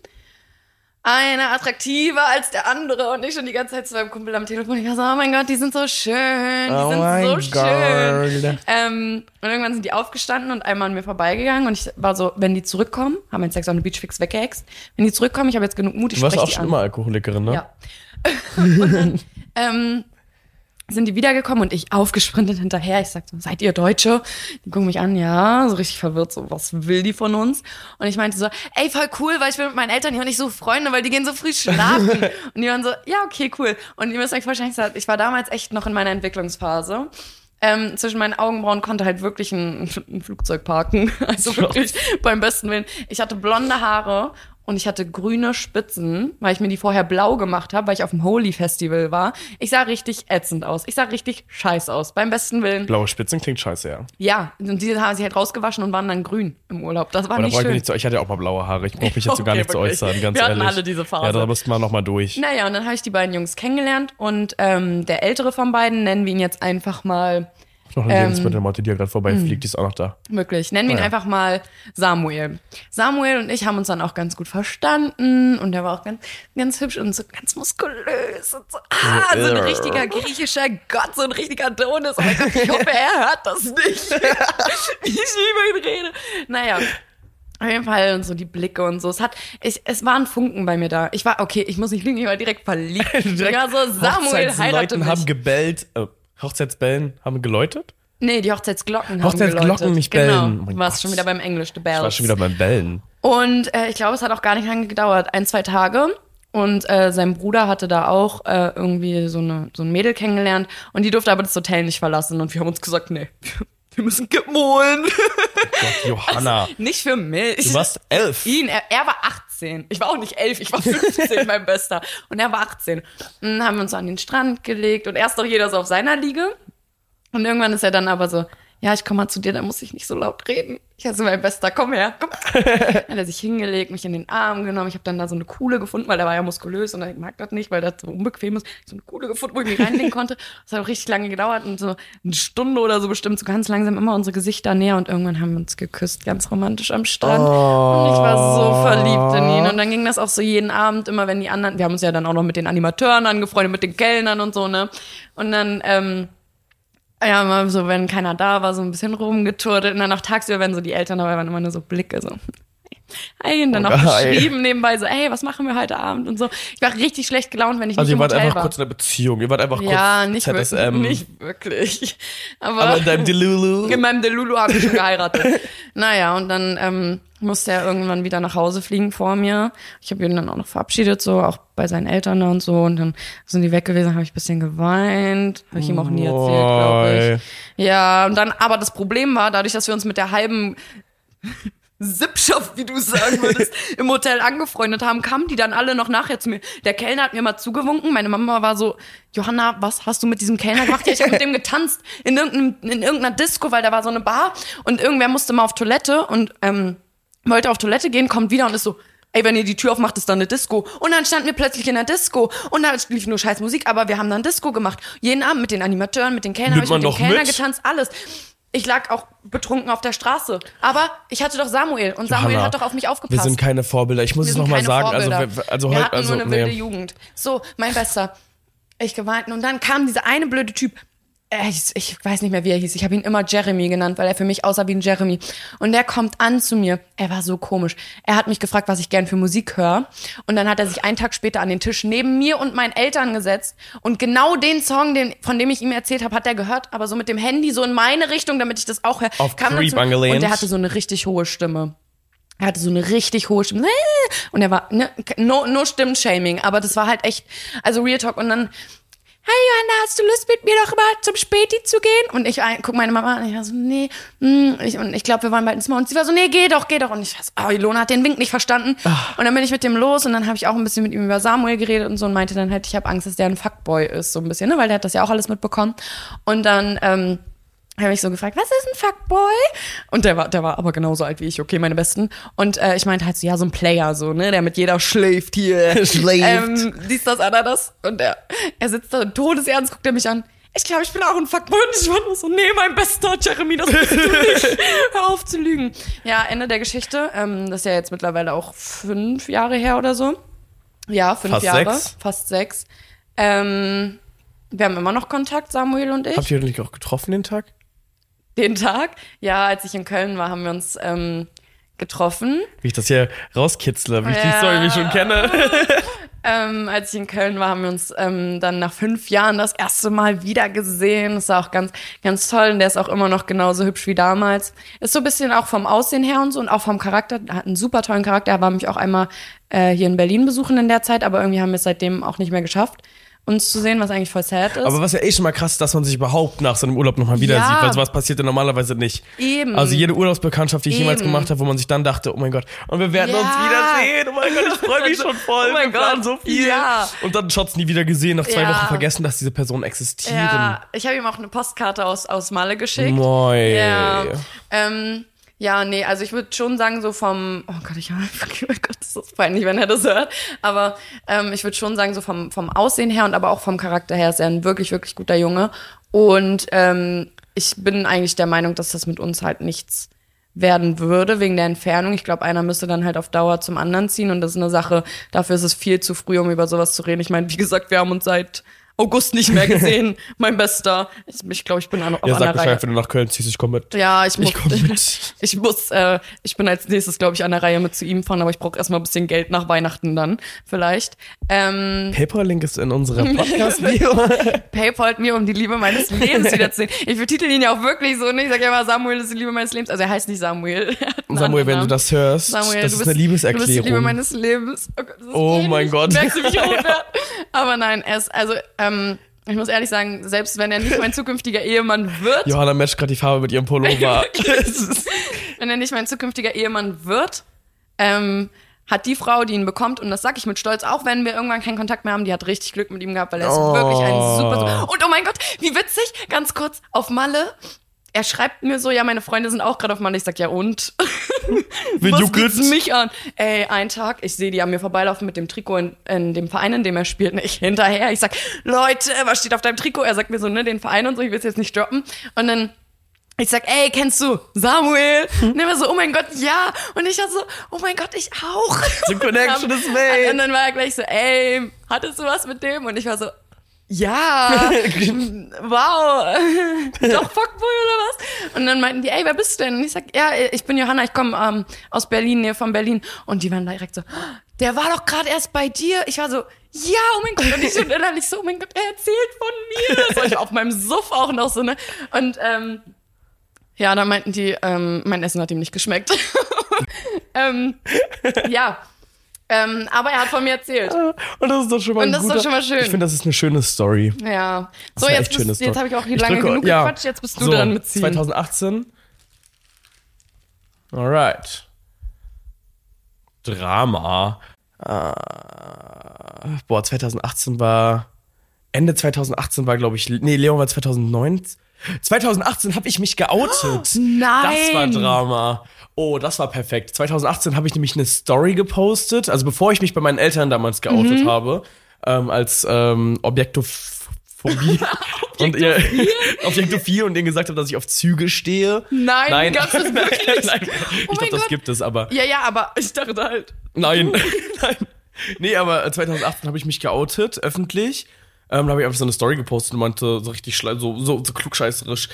[SPEAKER 2] einer attraktiver als der andere und ich schon die ganze Zeit zu meinem Kumpel am Telefon. Ich war so, oh mein Gott, die sind so schön, die
[SPEAKER 1] Oh mein
[SPEAKER 2] sind so schön.
[SPEAKER 1] Gott.
[SPEAKER 2] Ähm, und irgendwann sind die aufgestanden und einmal an mir vorbeigegangen und ich war so, wenn die zurückkommen, haben meinen Sex on the Beach fix weggehext. Wenn die zurückkommen, ich habe jetzt genug Mut, ich
[SPEAKER 1] Du warst
[SPEAKER 2] spreche
[SPEAKER 1] auch
[SPEAKER 2] die
[SPEAKER 1] schon
[SPEAKER 2] an.
[SPEAKER 1] immer Alkoholikerin, ne?
[SPEAKER 2] Ja. und dann ähm, sind die wiedergekommen und ich aufgesprintet hinterher. Ich sagte, seid ihr Deutsche? Die gucken mich an, ja, so richtig verwirrt, so, was will die von uns? Und ich meinte so, ey, voll cool, weil ich bin mit meinen Eltern hier und ich suche Freunde, weil die gehen so früh schlafen. und die waren so, ja, okay, cool. Und ihr müsst euch vorstellen, ich sag, ich war damals echt noch in meiner Entwicklungsphase. Ähm, zwischen meinen Augenbrauen konnte halt wirklich ein, ein Flugzeug parken. Also wirklich beim besten Willen. Ich hatte blonde Haare und ich hatte grüne Spitzen, weil ich mir die vorher blau gemacht habe, weil ich auf dem Holy Festival war. Ich sah richtig ätzend aus. Ich sah richtig scheiß aus. Beim besten Willen.
[SPEAKER 1] Blaue Spitzen klingt scheiße, ja.
[SPEAKER 2] Ja, und die haben sie halt rausgewaschen und waren dann grün im Urlaub. Das war
[SPEAKER 1] Oder
[SPEAKER 2] nicht
[SPEAKER 1] brauche ich
[SPEAKER 2] schön.
[SPEAKER 1] mich nicht zu, ich hatte ja auch mal blaue Haare. Ich brauche mich jetzt so gar
[SPEAKER 2] Okay,
[SPEAKER 1] nicht zu
[SPEAKER 2] wirklich.
[SPEAKER 1] äußern, ganz
[SPEAKER 2] Wir hatten
[SPEAKER 1] ehrlich.
[SPEAKER 2] alle diese Phase. Ne,
[SPEAKER 1] Ja, da müssten wir nochmal durch.
[SPEAKER 2] Naja, und dann habe ich die beiden Jungs kennengelernt und ähm, der ältere von beiden, nennen wir ihn jetzt einfach mal
[SPEAKER 1] Noch
[SPEAKER 2] ähm,
[SPEAKER 1] eine Lebensmittelmotte, die ja gerade
[SPEAKER 2] hm.
[SPEAKER 1] vorbeifliegt, die ist auch noch da.
[SPEAKER 2] Möglich. Nennen wir ihn
[SPEAKER 1] Naja.
[SPEAKER 2] einfach mal Samuel. Samuel und ich haben uns dann auch ganz gut verstanden und er war auch ganz, ganz hübsch und so ganz muskulös und so, ah, so ein
[SPEAKER 1] äh.
[SPEAKER 2] richtiger griechischer Gott, so ein richtiger Adonis. Oh mein Gott, ich hoffe, er hört das nicht, wie ich über ihn rede. Naja. Auf jeden Fall und so die Blicke und so. Es hat, ich, es waren Funken bei mir da. Ich war, okay, ich muss nicht lügen, ich war direkt verliebt. ich war so, Samuel heirate
[SPEAKER 1] Hochzeitsleuten
[SPEAKER 2] mich.
[SPEAKER 1] haben gebellt. Äh, Hochzeitsbellen haben geläutet?
[SPEAKER 2] nee, die Hochzeitsglocken
[SPEAKER 1] Hochzeitsglocken,
[SPEAKER 2] haben geläutet.
[SPEAKER 1] nicht bellen. Oh
[SPEAKER 2] Genau,
[SPEAKER 1] mein
[SPEAKER 2] warst
[SPEAKER 1] Gott.
[SPEAKER 2] schon wieder beim Englisch, the
[SPEAKER 1] Ich war
[SPEAKER 2] bells.
[SPEAKER 1] schon wieder beim Bellen.
[SPEAKER 2] Und äh, ich glaube, es hat auch gar nicht lange gedauert, ein, zwei Tage. Und äh, sein Bruder hatte da auch äh, irgendwie so, eine, so ein Mädel kennengelernt und die durfte aber das Hotel nicht verlassen. Und wir haben uns gesagt, nee, wir müssen Kippen holen.
[SPEAKER 1] Gott, Johanna,
[SPEAKER 2] nicht für mich.
[SPEAKER 1] du warst elf.
[SPEAKER 2] Ihn, er, er war 18. Ich war auch nicht 11, ich war 15, mein Bester. Und er war 18. Und dann haben wir uns so an den Strand gelegt und erst noch jeder so auf seiner Liege. Und irgendwann ist er dann aber so, ja, ich komme mal zu dir, da muss ich nicht so laut reden. Ich also mein Bester, komm her, komm. Dann hat er sich hingelegt, mich in den Arm genommen. Ich habe dann da so eine Kuhle gefunden, weil der war ja muskulös und er mag das nicht, weil das so unbequem ist. Ich hab so eine Kuhle gefunden, wo ich mich reinlegen konnte. Das hat auch richtig lange gedauert und so eine Stunde oder so bestimmt so ganz langsam immer unsere Gesichter näher und irgendwann haben wir uns geküsst, ganz romantisch am Strand. Und ich war so verliebt in ihn. Und dann ging das auch so jeden Abend, immer wenn die anderen, wir haben uns ja dann auch noch mit den Animateuren angefreundet, mit den Kellnern und so, ne? Und dann, ähm, ja, mal so, wenn keiner da war, so ein bisschen rumgeturtelt. Und dann auch tagsüber, wenn so die Eltern dabei waren, immer nur so Blicke so. Hey, und dann
[SPEAKER 1] Oh,
[SPEAKER 2] auch
[SPEAKER 1] geil.
[SPEAKER 2] geschrieben nebenbei so, ey, was machen wir heute Abend und so. Ich war richtig schlecht gelaunt, wenn ich
[SPEAKER 1] Also
[SPEAKER 2] nicht
[SPEAKER 1] ihr
[SPEAKER 2] im
[SPEAKER 1] wart
[SPEAKER 2] Hotel
[SPEAKER 1] einfach
[SPEAKER 2] war.
[SPEAKER 1] kurz in einer Beziehung. Ihr wart einfach
[SPEAKER 2] ja,
[SPEAKER 1] kurz
[SPEAKER 2] nicht, wirklich,
[SPEAKER 1] ZSM.
[SPEAKER 2] nicht Genau, wirklich. Aber,
[SPEAKER 1] Aber in deinem Delulu.
[SPEAKER 2] in meinem Delulu habe ich schon geheiratet. naja, und dann ähm, musste er irgendwann wieder nach Hause fliegen vor mir. Ich habe ihn dann auch noch verabschiedet, so auch bei seinen Eltern ne, und so. Und dann sind die weg gewesen, habe ich ein bisschen geweint. Habe ich ihm auch nie erzählt, glaube ich. Ja, und dann, aber das Problem war, dadurch, dass wir uns mit der halben Sippschaft, wie du sagen würdest, im Hotel angefreundet haben, kamen die dann alle noch nachher zu mir. Der Kellner hat mir mal zugewunken. Meine Mama war so, Johanna, was hast du mit diesem Kellner gemacht? Ja, ich habe mit dem getanzt in, irgendeinem, in irgendeiner Disco, weil da war so eine Bar und irgendwer musste mal auf Toilette und ähm, wollte auf Toilette gehen, kommt wieder und ist so, ey, wenn ihr die Tür aufmacht, ist da eine Disco. Und dann standen wir plötzlich in der Disco und da lief nur scheiß Musik, aber wir haben dann Disco gemacht. Jeden Abend mit den Animateuren, mit den Kellnern, hab ich
[SPEAKER 1] Nimmt man
[SPEAKER 2] mit dem
[SPEAKER 1] doch
[SPEAKER 2] Kellner
[SPEAKER 1] mit?
[SPEAKER 2] getanzt, alles. Ich lag auch betrunken auf der Straße. Aber ich hatte doch Samuel und Samuel
[SPEAKER 1] Johanna,
[SPEAKER 2] hat doch auf mich aufgepasst.
[SPEAKER 1] Wir sind keine Vorbilder. Ich muss
[SPEAKER 2] Wir
[SPEAKER 1] es
[SPEAKER 2] sind
[SPEAKER 1] nochmal
[SPEAKER 2] keine
[SPEAKER 1] sagen.
[SPEAKER 2] Vorbilder.
[SPEAKER 1] Also, wir- also
[SPEAKER 2] wir
[SPEAKER 1] heute,
[SPEAKER 2] hatten
[SPEAKER 1] also,
[SPEAKER 2] nur eine wilde
[SPEAKER 1] nee.
[SPEAKER 2] Jugend. So, mein Bester. Ich geweint und dann kam dieser eine blöde Typ. Äh, Ich, ich weiß nicht mehr, wie er hieß. Ich habe ihn immer Jeremy genannt, weil er für mich aussah wie ein Jeremy. Und der kommt an zu mir. Er war so komisch. Er hat mich gefragt, was ich gern für Musik höre. Und dann hat er sich einen Tag später an den Tisch neben mir und meinen Eltern gesetzt. Und genau den Song, den, von dem ich ihm erzählt habe, hat er gehört, aber so mit dem Handy so in meine Richtung, damit ich das auch höre.
[SPEAKER 1] Auf
[SPEAKER 2] Kam dann
[SPEAKER 1] Creep
[SPEAKER 2] zu mir. Und
[SPEAKER 1] angelehnt.
[SPEAKER 2] er hatte so eine richtig hohe Stimme. Er hatte so eine richtig hohe Stimme. Und er war, ne, no, no Stimmenshaming, aber das war halt echt, also Real Talk. Und dann, hey Johanna, hast du Lust mit mir doch mal zum Späti zu gehen? Und ich ein- guck meine Mama an, ich war so, nee, mm, ich, und ich glaube, wir wollen bald ins Mal. Und sie war so, nee, geh doch, geh doch. Und ich war so, oh, Ilona hat den Wink nicht verstanden. Und dann bin ich mit dem los und dann habe ich auch ein bisschen mit ihm über Samuel geredet und so und meinte dann halt, ich habe Angst, dass der ein Fuckboy ist, so ein bisschen, ne, weil der hat das ja auch alles mitbekommen. Und dann, ähm, habe ich so gefragt, was ist ein Fuckboy? Und der war, der war aber genauso alt wie ich, okay, meine Besten. Und äh, ich meinte halt so, ja, so ein Player, so, ne, der mit jeder schläft hier.
[SPEAKER 1] Schläft.
[SPEAKER 2] Ähm, dies, das, anderes. Und er, er sitzt da todesernst, guckt er mich an. Ich glaube, ich bin auch ein Fuckboy. Und ich war nur so, nee, mein bester Jeremy, das bist du nicht. Hör auf zu lügen. Ja, Ende der Geschichte. Ähm, das ist ja jetzt mittlerweile auch fünf Jahre her oder so. Ja, fünf
[SPEAKER 1] Fast
[SPEAKER 2] Jahre,
[SPEAKER 1] sechs?
[SPEAKER 2] fast sechs. Ähm, wir haben immer noch Kontakt, Samuel und ich.
[SPEAKER 1] Habt ihr euch auch getroffen den Tag?
[SPEAKER 2] Den Tag, ja, als ich in Köln war, haben wir uns ähm, getroffen.
[SPEAKER 1] Wie ich das hier rauskitzle, wie ich die
[SPEAKER 2] Ja.
[SPEAKER 1] Story mich schon kenne.
[SPEAKER 2] Ähm, als ich in Köln war, haben wir uns ähm, dann nach fünf Jahren das erste Mal wieder gesehen. Das war auch ganz, ganz toll. Und der ist auch immer noch genauso hübsch wie damals. Ist so ein bisschen auch vom Aussehen her und so und auch vom Charakter. Hat einen super tollen Charakter. Er war mich auch einmal äh, hier in Berlin besuchen in der Zeit, aber irgendwie haben wir es seitdem auch nicht mehr geschafft, uns zu sehen, was eigentlich voll sad ist.
[SPEAKER 1] Aber was ja eh schon mal krass ist, dass man sich überhaupt nach so einem Urlaub nochmal wieder
[SPEAKER 2] Ja.
[SPEAKER 1] sieht, weil sowas passiert ja normalerweise nicht.
[SPEAKER 2] Eben.
[SPEAKER 1] Also jede Urlaubsbekanntschaft, die ich jemals
[SPEAKER 2] Eben.
[SPEAKER 1] gemacht habe, wo man sich dann dachte, oh mein Gott, und wir werden
[SPEAKER 2] Ja.
[SPEAKER 1] uns wiedersehen. Oh mein Gott, ich freue mich schon voll.
[SPEAKER 2] Oh mein
[SPEAKER 1] wir planen so
[SPEAKER 2] Gott,
[SPEAKER 1] viel.
[SPEAKER 2] ja.
[SPEAKER 1] Und dann Shots nie wieder gesehen, nach zwei
[SPEAKER 2] Ja.
[SPEAKER 1] Wochen vergessen, dass diese Personen existieren.
[SPEAKER 2] Ja, ich habe ihm auch eine Postkarte aus, aus Malle geschickt.
[SPEAKER 1] Moi.
[SPEAKER 2] Ja. Ähm, ja, nee, also ich würde schon sagen, so vom, oh Gott, ich habe, oh Gott, das ist peinlich, wenn er das hört, aber ähm, ich würde schon sagen, so vom, vom Aussehen her und aber auch vom Charakter her ist er ein wirklich, wirklich guter Junge und ähm, ich bin eigentlich der Meinung, dass das mit uns halt nichts werden würde wegen der Entfernung. Ich glaube, einer müsste dann halt auf Dauer zum anderen ziehen und das ist eine Sache, dafür ist es viel zu früh, um über sowas zu reden. Ich meine, wie gesagt, wir haben uns seit August nicht mehr gesehen, mein Bester. Ich, ich glaube, ich bin an, auf
[SPEAKER 1] Ja,
[SPEAKER 2] einer
[SPEAKER 1] sag
[SPEAKER 2] Reihe.
[SPEAKER 1] Bescheid, wenn du nach Köln ziehst, ich komme mit.
[SPEAKER 2] Ja, ich muss.
[SPEAKER 1] Ich komme
[SPEAKER 2] Ich,
[SPEAKER 1] mit.
[SPEAKER 2] muss, äh, ich bin als nächstes, glaube ich, an der Reihe mit zu ihm fahren, aber ich brauche erstmal ein bisschen Geld nach Weihnachten dann, vielleicht. Ähm,
[SPEAKER 1] PayPal-Link ist in unserer Podcast-Bio.
[SPEAKER 2] PayPal mir, um die Liebe meines Lebens wiederzusehen. Ich betitel ihn ja auch wirklich so, ne? Ich sage ja immer, Samuel ist die Liebe meines Lebens. Also er heißt nicht Samuel. er hat einen
[SPEAKER 1] Samuel,
[SPEAKER 2] anderen
[SPEAKER 1] wenn du
[SPEAKER 2] Namen.
[SPEAKER 1] das hörst,
[SPEAKER 2] Samuel,
[SPEAKER 1] das
[SPEAKER 2] du
[SPEAKER 1] ist
[SPEAKER 2] bist,
[SPEAKER 1] eine
[SPEAKER 2] Du
[SPEAKER 1] Liebeserklärung.
[SPEAKER 2] bist die Liebe meines Lebens. Oh, Gott, das ist
[SPEAKER 1] Oh mein Gott.
[SPEAKER 2] Merkst du, wie ich rot werde? Aber nein, er ist, also, ähm, ich muss ehrlich sagen, selbst wenn er nicht mein zukünftiger Ehemann wird,
[SPEAKER 1] Johanna matcht gerade die Farbe mit ihrem Pullover.
[SPEAKER 2] wenn er nicht mein zukünftiger Ehemann wird, ähm, hat die Frau, die ihn bekommt, und das sag ich mit Stolz, auch wenn wir irgendwann keinen Kontakt mehr haben, die hat richtig Glück mit ihm gehabt, weil er ist
[SPEAKER 1] Oh.
[SPEAKER 2] wirklich ein super, super. Und oh mein Gott, wie witzig, ganz kurz, auf Malle. Er schreibt mir so, ja, meine Freunde sind auch gerade auf Malle. Ich sag, ja und?
[SPEAKER 1] Wen
[SPEAKER 2] Was
[SPEAKER 1] juckt's?
[SPEAKER 2] geht's mich an? Ey, einen Tag, ich sehe die an mir vorbeilaufen mit dem Trikot in, in dem Verein, in dem er spielt. Und ich hinterher, ich sag, Leute, was steht auf deinem Trikot? Er sagt mir so, ne, den Verein und so, ich will's jetzt nicht droppen. Und dann ich sag, ey, kennst du Samuel? Und er war so, oh mein Gott, ja. Und ich war so, oh mein Gott, ich auch.
[SPEAKER 1] The connection
[SPEAKER 2] Und dann-
[SPEAKER 1] is made.
[SPEAKER 2] Und dann war er gleich so, ey, hattest du was mit dem? Und ich war so, ja, wow, doch Fuckboy oder was? Und dann meinten die, ey, wer bist du denn? Und ich sag, ja, ich bin Johanna, ich komme ähm, aus Berlin, Nähe von Berlin. Und die waren direkt so, der war doch gerade erst bei dir. Ich war so, ja, oh mein Gott. Und ich so innerlich so, oh mein Gott, er erzählt von mir. Das war ich auf meinem Suff auch noch so, ne? Und, ähm, ja, da meinten die, ähm, mein Essen hat ihm nicht geschmeckt. ähm, ja. Ähm, aber er hat von mir erzählt.
[SPEAKER 1] Und das ist doch schon mal,
[SPEAKER 2] Und
[SPEAKER 1] ein
[SPEAKER 2] das ist doch
[SPEAKER 1] guter,
[SPEAKER 2] schon mal schön.
[SPEAKER 1] Ich finde, das ist eine schöne Story.
[SPEAKER 2] Ja. So,
[SPEAKER 1] Das ist eine
[SPEAKER 2] jetzt,
[SPEAKER 1] echt schöne
[SPEAKER 2] bist-
[SPEAKER 1] Story.
[SPEAKER 2] jetzt habe ich auch hier lange
[SPEAKER 1] drücke-
[SPEAKER 2] genug
[SPEAKER 1] ja.
[SPEAKER 2] gequatscht, jetzt bist du
[SPEAKER 1] so,
[SPEAKER 2] dran mitziehen.
[SPEAKER 1] 2018. Alright. Drama. Ah, boah, 2018 war. Ende 2018 war, glaube ich. Nee, Leon war 2009. 2018 habe ich mich geoutet. Das war
[SPEAKER 2] nein.
[SPEAKER 1] Drama. Oh, das war perfekt. 2018 habe ich nämlich eine Story gepostet, also bevor ich mich bei meinen Eltern damals
[SPEAKER 2] Mhm.
[SPEAKER 1] geoutet habe, ähm, als ähm, Objektophobie. und ihr, Objektophobie und denen gesagt habe, dass ich auf Züge stehe.
[SPEAKER 2] Nein,
[SPEAKER 1] Nein.
[SPEAKER 2] gab's das wirklich?
[SPEAKER 1] Nein.
[SPEAKER 2] Oh
[SPEAKER 1] ich
[SPEAKER 2] mein
[SPEAKER 1] glaube, das
[SPEAKER 2] Gott.
[SPEAKER 1] gibt es, aber
[SPEAKER 2] ja, ja, aber ich dachte halt.
[SPEAKER 1] Nein, nein. Nee, aber 2018 habe ich mich geoutet, öffentlich. Ähm, da habe ich einfach so eine Story gepostet und meinte so richtig schle- so, so, so klugscheißerisch.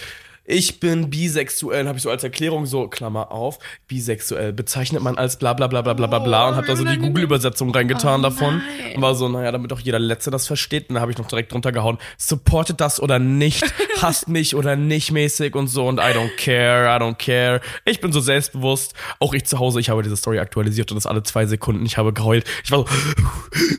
[SPEAKER 1] Ich bin bisexuell, habe ich so als Erklärung so, Klammer auf, bisexuell bezeichnet man als bla bla bla bla bla bla bla und habe da so die Google-Übersetzung reingetan davon. Und war so, naja, damit auch jeder Letzte das versteht. Und da habe ich noch direkt drunter gehauen, supportet das oder nicht, hasst mich oder nicht mäßig und so und I don't care, I don't care. Ich bin so selbstbewusst. Auch ich zu Hause, ich habe diese Story aktualisiert und das alle zwei Sekunden. Ich habe geheult. Ich war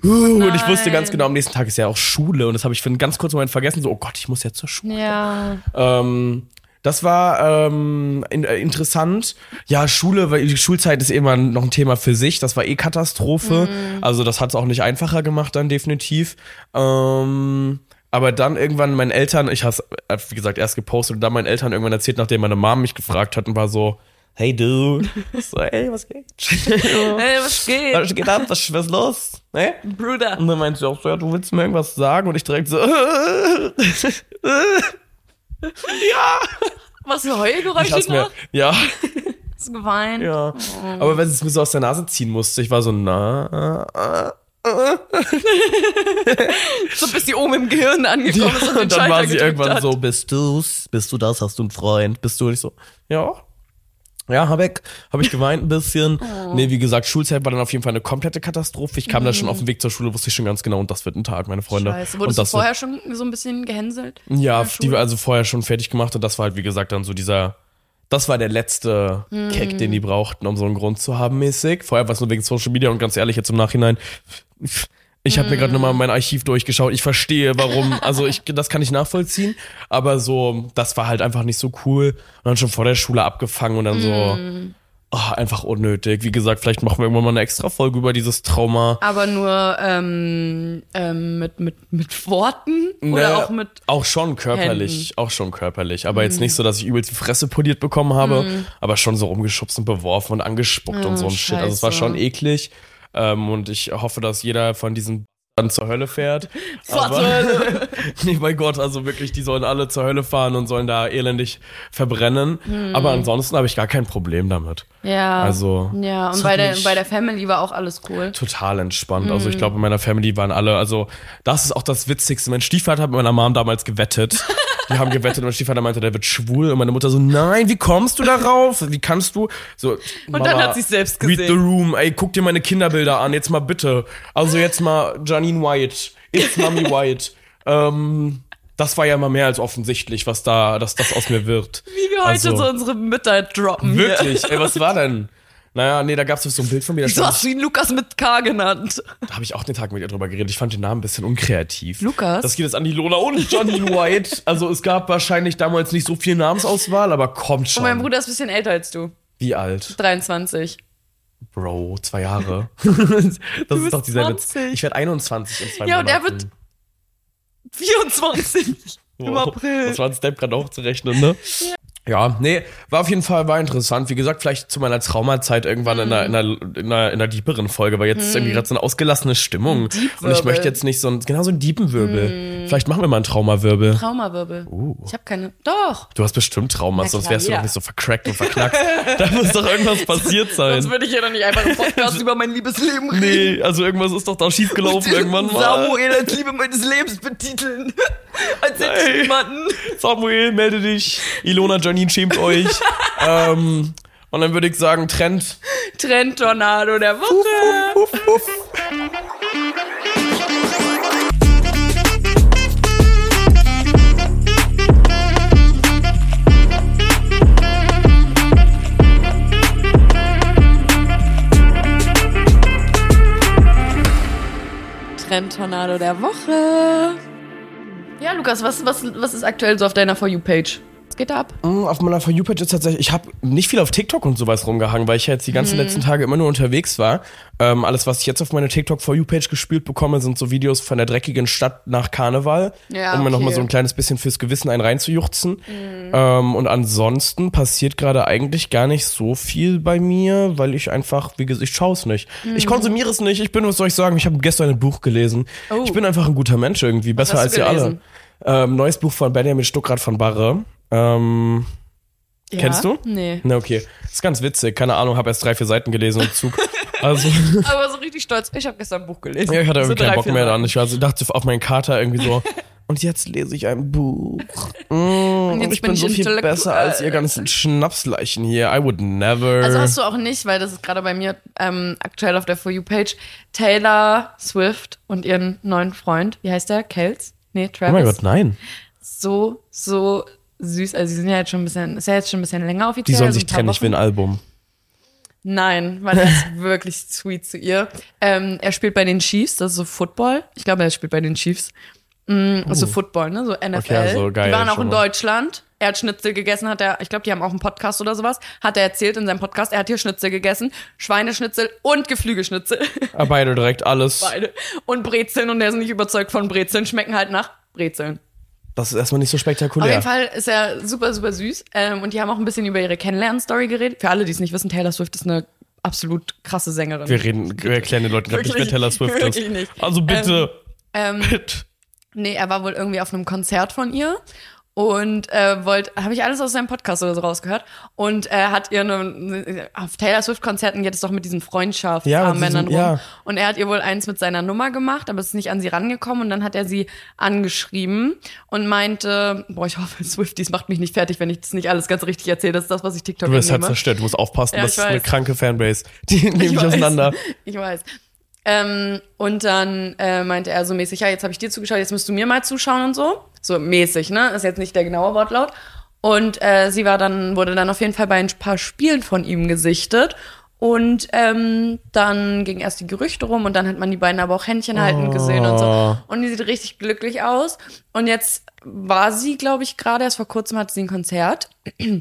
[SPEAKER 1] so, und ich wusste ganz genau, am nächsten Tag ist ja auch Schule und das habe ich für einen ganz kurzen Moment vergessen. So, oh Gott, ich muss ja zur Schule.
[SPEAKER 2] Ja.
[SPEAKER 1] Ähm, das war ähm, in, äh, interessant. Ja, Schule, weil die Schulzeit ist immer noch ein Thema für sich. Das war eh Katastrophe. Also das hat es auch nicht einfacher gemacht dann definitiv. Ähm, aber dann irgendwann meinen Eltern, ich habe wie gesagt erst gepostet und dann meinen Eltern irgendwann erzählt, nachdem meine Mom mich gefragt hat und war so, hey du, Ich so, hey, was geht?
[SPEAKER 2] Hey, Äh, was geht?
[SPEAKER 1] was geht ab? Was, was ist los? Ne?
[SPEAKER 2] Bruder.
[SPEAKER 1] Und dann meinte sie auch so, ja, du willst mir irgendwas sagen und ich direkt so, ja.
[SPEAKER 2] Was für Heulgeräusche
[SPEAKER 1] Ich lass mir,
[SPEAKER 2] noch?
[SPEAKER 1] ja,
[SPEAKER 2] Hast du geweint? Oh.
[SPEAKER 1] ja. Aber wenn sie es mir so aus der Nase ziehen musste, ich war so, na, äh,
[SPEAKER 2] So bis die oben im Gehirn angekommen ist und den
[SPEAKER 1] und dann
[SPEAKER 2] Schalter
[SPEAKER 1] war sie
[SPEAKER 2] gedrückt
[SPEAKER 1] irgendwann
[SPEAKER 2] hat.
[SPEAKER 1] so, bist du's, bist du das, hast du einen Freund, bist du nicht so, ja. Ja, hab ich, hab ich geweint ein bisschen.
[SPEAKER 2] Oh.
[SPEAKER 1] Nee, wie gesagt, Schulzeit war dann auf jeden Fall eine komplette Katastrophe. Ich kam da schon auf dem Weg zur Schule, wusste ich schon ganz genau, und das wird ein Tag, meine Freunde.
[SPEAKER 2] Mhm. Scheiße,
[SPEAKER 1] und
[SPEAKER 2] wurdest du
[SPEAKER 1] das wird-
[SPEAKER 2] vorher schon so ein bisschen gehänselt?
[SPEAKER 1] Ja,
[SPEAKER 2] in der
[SPEAKER 1] die
[SPEAKER 2] Schule?
[SPEAKER 1] wir also vorher schon fertig gemacht und das war halt, wie gesagt, dann so dieser, das war der letzte
[SPEAKER 2] Hm.
[SPEAKER 1] Keck, den die brauchten, um so einen Grund zu haben, mäßig. Vorher war es nur wegen Social Media und ganz ehrlich, jetzt im Nachhinein, ich habe mir
[SPEAKER 2] Hm.
[SPEAKER 1] gerade nochmal mein Archiv durchgeschaut. Ich verstehe, warum, also ich, das kann ich nachvollziehen, aber so, das war halt einfach nicht so cool. Und dann schon vor der Schule abgefangen und dann so,
[SPEAKER 2] Hm.
[SPEAKER 1] ah, einfach unnötig. Wie gesagt, vielleicht machen wir irgendwann mal eine extra Folge über dieses Trauma.
[SPEAKER 2] Aber nur ähm, ähm, mit, mit, mit Worten
[SPEAKER 1] Ne,
[SPEAKER 2] oder auch mit. Mhm.
[SPEAKER 1] Auch schon körperlich, auch schon körperlich. Aber jetzt nicht so, dass ich übelst die Fresse poliert bekommen habe, aber schon so rumgeschubst und beworfen und angespuckt und so ein Shit. Also es war
[SPEAKER 2] Ah, scheiße.
[SPEAKER 1] schon eklig. Ähm, und ich hoffe, dass jeder von diesen dann zur Hölle fährt.
[SPEAKER 2] Fahr zur Hölle.
[SPEAKER 1] nee, mein Gott, also wirklich, die sollen alle zur Hölle fahren und sollen da elendig verbrennen.
[SPEAKER 2] Mhm.
[SPEAKER 1] Aber ansonsten habe ich gar kein Problem damit.
[SPEAKER 2] Ja.
[SPEAKER 1] Also,
[SPEAKER 2] Ja,
[SPEAKER 1] es
[SPEAKER 2] und
[SPEAKER 1] hat
[SPEAKER 2] bei der,
[SPEAKER 1] mich-
[SPEAKER 2] bei der Family war auch alles cool.
[SPEAKER 1] total entspannt. Also
[SPEAKER 2] Mhm.
[SPEAKER 1] ich glaube, in meiner Family waren alle, also das ist auch das Witzigste. Mein Stiefvater hat mit meiner Mom damals gewettet. Die haben gewettet und mein Stiefvater meinte, der wird schwul. Und meine Mutter so, nein, wie kommst du darauf? Wie kannst du? So, und
[SPEAKER 2] dann hat sie's selbst
[SPEAKER 1] Read
[SPEAKER 2] gesehen.
[SPEAKER 1] the room, ey, guck dir meine Kinderbilder an, jetzt mal bitte. Also jetzt mal Janine White, it's Mami White. ähm, das war ja mal mehr als offensichtlich, was da, dass das aus mir wird.
[SPEAKER 2] Wie wir heute
[SPEAKER 1] Also-
[SPEAKER 2] so unsere Mütter droppen. Hier.
[SPEAKER 1] Wirklich, ey, was war denn? Naja, nee, da gab es so ein Bild von mir, da
[SPEAKER 2] So
[SPEAKER 1] stand
[SPEAKER 2] hast du ihn Lukas mit K genannt.
[SPEAKER 1] Da habe ich auch den Tag mit ihr drüber geredet. Ich fand den Namen ein bisschen unkreativ.
[SPEAKER 2] Lukas?
[SPEAKER 1] Das geht jetzt an die Lola und Johnny White. Also es gab wahrscheinlich damals nicht so viel Namensauswahl, aber kommt schon.
[SPEAKER 2] Und mein Bruder ist ein bisschen älter als du.
[SPEAKER 1] Wie alt?
[SPEAKER 2] 23.
[SPEAKER 1] Bro, zwei Jahre. das ist
[SPEAKER 2] bist
[SPEAKER 1] doch dieser Witz.
[SPEAKER 2] 20.
[SPEAKER 1] Ich werde 21 in zwei
[SPEAKER 2] Ja, und
[SPEAKER 1] Monaten.
[SPEAKER 2] er wird 24 im
[SPEAKER 1] Wow.
[SPEAKER 2] April.
[SPEAKER 1] Das war ein Step gerade auch zu rechnen, ne? Ja, nee, war auf jeden Fall, war interessant. Wie gesagt, vielleicht zu meiner Traumazeit irgendwann in, einer,
[SPEAKER 2] Mhm.
[SPEAKER 1] in, einer, in, einer, in einer deeperen Folge, weil jetzt ist irgendwie gerade so eine ausgelassene Stimmung. Und ich
[SPEAKER 2] Deepwirbel.
[SPEAKER 1] möchte jetzt nicht so ein, genau so einen Deepenwirbel.
[SPEAKER 2] Mhm.
[SPEAKER 1] Vielleicht machen wir mal einen Traumawirbel.
[SPEAKER 2] Traumawirbel.
[SPEAKER 1] Uh.
[SPEAKER 2] Ich habe keine. Doch.
[SPEAKER 1] Du hast bestimmt Traumas,
[SPEAKER 2] Na
[SPEAKER 1] sonst
[SPEAKER 2] klar,
[SPEAKER 1] wärst du doch
[SPEAKER 2] ja.
[SPEAKER 1] nicht so vercrackt und verknackt. da muss doch irgendwas passiert
[SPEAKER 2] Sonst
[SPEAKER 1] sein.
[SPEAKER 2] würde ich ja doch nicht einfach im Podcast über mein Liebesleben reden.
[SPEAKER 1] Nee, also irgendwas ist doch da schiefgelaufen irgendwann mal.
[SPEAKER 2] Samuel als Liebe meines Lebens betiteln. Als hätte
[SPEAKER 1] Nein.
[SPEAKER 2] ich niemanden.
[SPEAKER 1] Samuel, melde dich. Ilona, Janine, schämt euch. ähm, und dann würde ich sagen, Trend.
[SPEAKER 2] Trendtornado der Woche. Trendtornado der Woche. Ja, Lukas, was, was, was ist aktuell so auf deiner For You-Page? Was geht da ab?
[SPEAKER 1] Mm, Auf meiner For You-Page ist tatsächlich, ich habe nicht viel auf TikTok und sowas rumgehangen, weil ich ja jetzt die ganzen
[SPEAKER 2] Mhm.
[SPEAKER 1] letzten Tage immer nur unterwegs war. Ähm, alles, was ich jetzt auf meine TikTok For You-Page gespielt bekomme, sind so Videos von der dreckigen Stadt nach Karneval,
[SPEAKER 2] Ja,
[SPEAKER 1] um mir nochmal
[SPEAKER 2] okay. Mhm.
[SPEAKER 1] so ein kleines bisschen fürs Gewissen einen reinzujuchzen. Ähm, und ansonsten passiert gerade eigentlich gar nicht so viel bei mir, weil ich einfach, wie gesagt, ich schaue es nicht. Ich
[SPEAKER 2] Mhm.
[SPEAKER 1] konsumiere es nicht, ich bin, was soll ich sagen, ich habe gestern ein Buch gelesen.
[SPEAKER 2] Oh.
[SPEAKER 1] Ich bin einfach ein guter Mensch irgendwie, besser
[SPEAKER 2] hast
[SPEAKER 1] als
[SPEAKER 2] du
[SPEAKER 1] ihr alle.
[SPEAKER 2] gelesen?
[SPEAKER 1] Ähm, neues Buch von Benjamin Stuckrad von Barre. Ähm,
[SPEAKER 2] Ja?
[SPEAKER 1] Kennst du?
[SPEAKER 2] Nee.
[SPEAKER 1] na okay, ist ganz witzig. Keine Ahnung, habe erst drei, vier Seiten gelesen im Zug. Also,
[SPEAKER 2] Aber so richtig stolz. Ich habe gestern ein Buch gelesen.
[SPEAKER 1] ja, ich hatte
[SPEAKER 2] So
[SPEAKER 1] irgendwie
[SPEAKER 2] drei,
[SPEAKER 1] keinen Bock
[SPEAKER 2] vier
[SPEAKER 1] mehr
[SPEAKER 2] Seiten.
[SPEAKER 1] dran. Ich war so- dachte auf meinen Kater irgendwie so. Und jetzt lese ich ein Buch. Mm, und
[SPEAKER 2] jetzt
[SPEAKER 1] ich
[SPEAKER 2] bin
[SPEAKER 1] bin
[SPEAKER 2] ich
[SPEAKER 1] so viel
[SPEAKER 2] intellektuell.
[SPEAKER 1] besser als ihr ganzen Schnapsleichen hier. I would never.
[SPEAKER 2] Also hast du auch nicht, weil das ist gerade bei mir ähm, aktuell auf der For You Page. Taylor Swift und ihren neuen Freund, wie heißt der? Kels? Nee, Travis.
[SPEAKER 1] oh mein Gott, nein.
[SPEAKER 2] So, so süß. Also sie sind ja jetzt schon ein bisschen, ist ja jetzt schon ein bisschen länger offiziell.
[SPEAKER 1] Die sollen
[SPEAKER 2] also
[SPEAKER 1] sich
[SPEAKER 2] ein paar
[SPEAKER 1] trennen, ich will ein Album.
[SPEAKER 2] Nein, weil er ist wirklich sweet zu ihr. Ähm, er spielt bei den Chiefs, das ist so Football. Ich glaube, er spielt bei den Chiefs. Mm, also Football, ne? So NFL.
[SPEAKER 1] Uh. Okay, also geil,
[SPEAKER 2] die waren auch
[SPEAKER 1] schon
[SPEAKER 2] in
[SPEAKER 1] mal.
[SPEAKER 2] Deutschland. Er hat Schnitzel gegessen, hat er, ich glaube, die haben auch einen Podcast oder sowas, hat er erzählt in seinem Podcast, er hat hier Schnitzel gegessen, Schweineschnitzel und Geflügelschnitzel,
[SPEAKER 1] Ah, Beide direkt alles.
[SPEAKER 2] beide. Und Brezeln und er ist nicht überzeugt von Brezeln, schmecken halt nach Brezeln.
[SPEAKER 1] Das ist erstmal nicht so
[SPEAKER 2] Auf
[SPEAKER 1] spektakulär.
[SPEAKER 2] jeden Fall ist er super, super süß. Ähm, und die haben auch ein bisschen über ihre Kennenlernen-Story geredet. Für alle, die es nicht wissen, Taylor Swift ist eine absolut krasse Sängerin.
[SPEAKER 1] Wir reden, wir erklären den Leuten gerade nicht, wer
[SPEAKER 2] Wirklich,
[SPEAKER 1] Taylor Swift ist.
[SPEAKER 2] wirklich nicht.
[SPEAKER 1] Also bitte.
[SPEAKER 2] Ähm,
[SPEAKER 1] bitte.
[SPEAKER 2] Nee, er war wohl irgendwie auf einem Konzert von ihr. und äh, wollte, habe ich alles aus seinem Podcast oder so rausgehört und äh, hat ihr eine, auf Taylor Swift Konzerten geht es doch mit diesen
[SPEAKER 1] Ja, mit
[SPEAKER 2] Freundschaftsarmbändern
[SPEAKER 1] diesem-
[SPEAKER 2] rum
[SPEAKER 1] ja.
[SPEAKER 2] und er hat ihr wohl eins mit seiner Nummer gemacht, aber es ist nicht an sie rangekommen und dann hat er sie angeschrieben und meinte, boah, ich hoffe Swifties macht mich nicht fertig, wenn ich das nicht alles ganz richtig erzähle, das ist das, was ich TikTok
[SPEAKER 1] Du wirst halt
[SPEAKER 2] entnehme.
[SPEAKER 1] zerstört, du musst aufpassen,
[SPEAKER 2] Ja,
[SPEAKER 1] das
[SPEAKER 2] ich
[SPEAKER 1] ist eine
[SPEAKER 2] weiß.
[SPEAKER 1] kranke Fanbase. Die nehme ich
[SPEAKER 2] weiß.
[SPEAKER 1] auseinander.
[SPEAKER 2] Ich weiß. Ähm, und dann äh, meinte er so mäßig, ja, jetzt habe ich dir zugeschaut, jetzt musst du mir mal zuschauen und so. So mäßig, ne? Ist jetzt nicht der genaue Wortlaut. Und äh, sie war dann, wurde dann auf jeden Fall bei ein paar Spielen von ihm gesichtet. Und ähm, dann ging erst die Gerüchte rum und dann hat man die beiden aber auch Händchen halten gesehen und
[SPEAKER 1] Ah.
[SPEAKER 2] so. Und die sieht richtig glücklich aus. Und jetzt war sie, glaube ich, gerade erst vor kurzem hatte sie ein Konzert.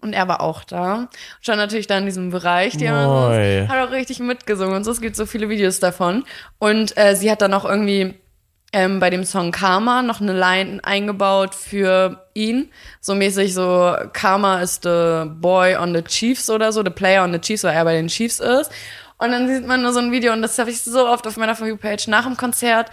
[SPEAKER 2] Und er war auch da. Stand natürlich da in diesem Bereich. Die haben
[SPEAKER 1] Moi.
[SPEAKER 2] so- hat auch richtig mitgesungen und so. Es gibt so viele Videos davon. Und äh, sie hat dann auch irgendwie ähm, bei dem Song Karma noch eine Line eingebaut für ihn. So mäßig so, Karma ist the boy on the Chiefs oder so, the player on the Chiefs, weil er bei den Chiefs ist. Und dann sieht man nur so ein Video und das habe ich so oft auf meiner For You-Page nach dem Konzert.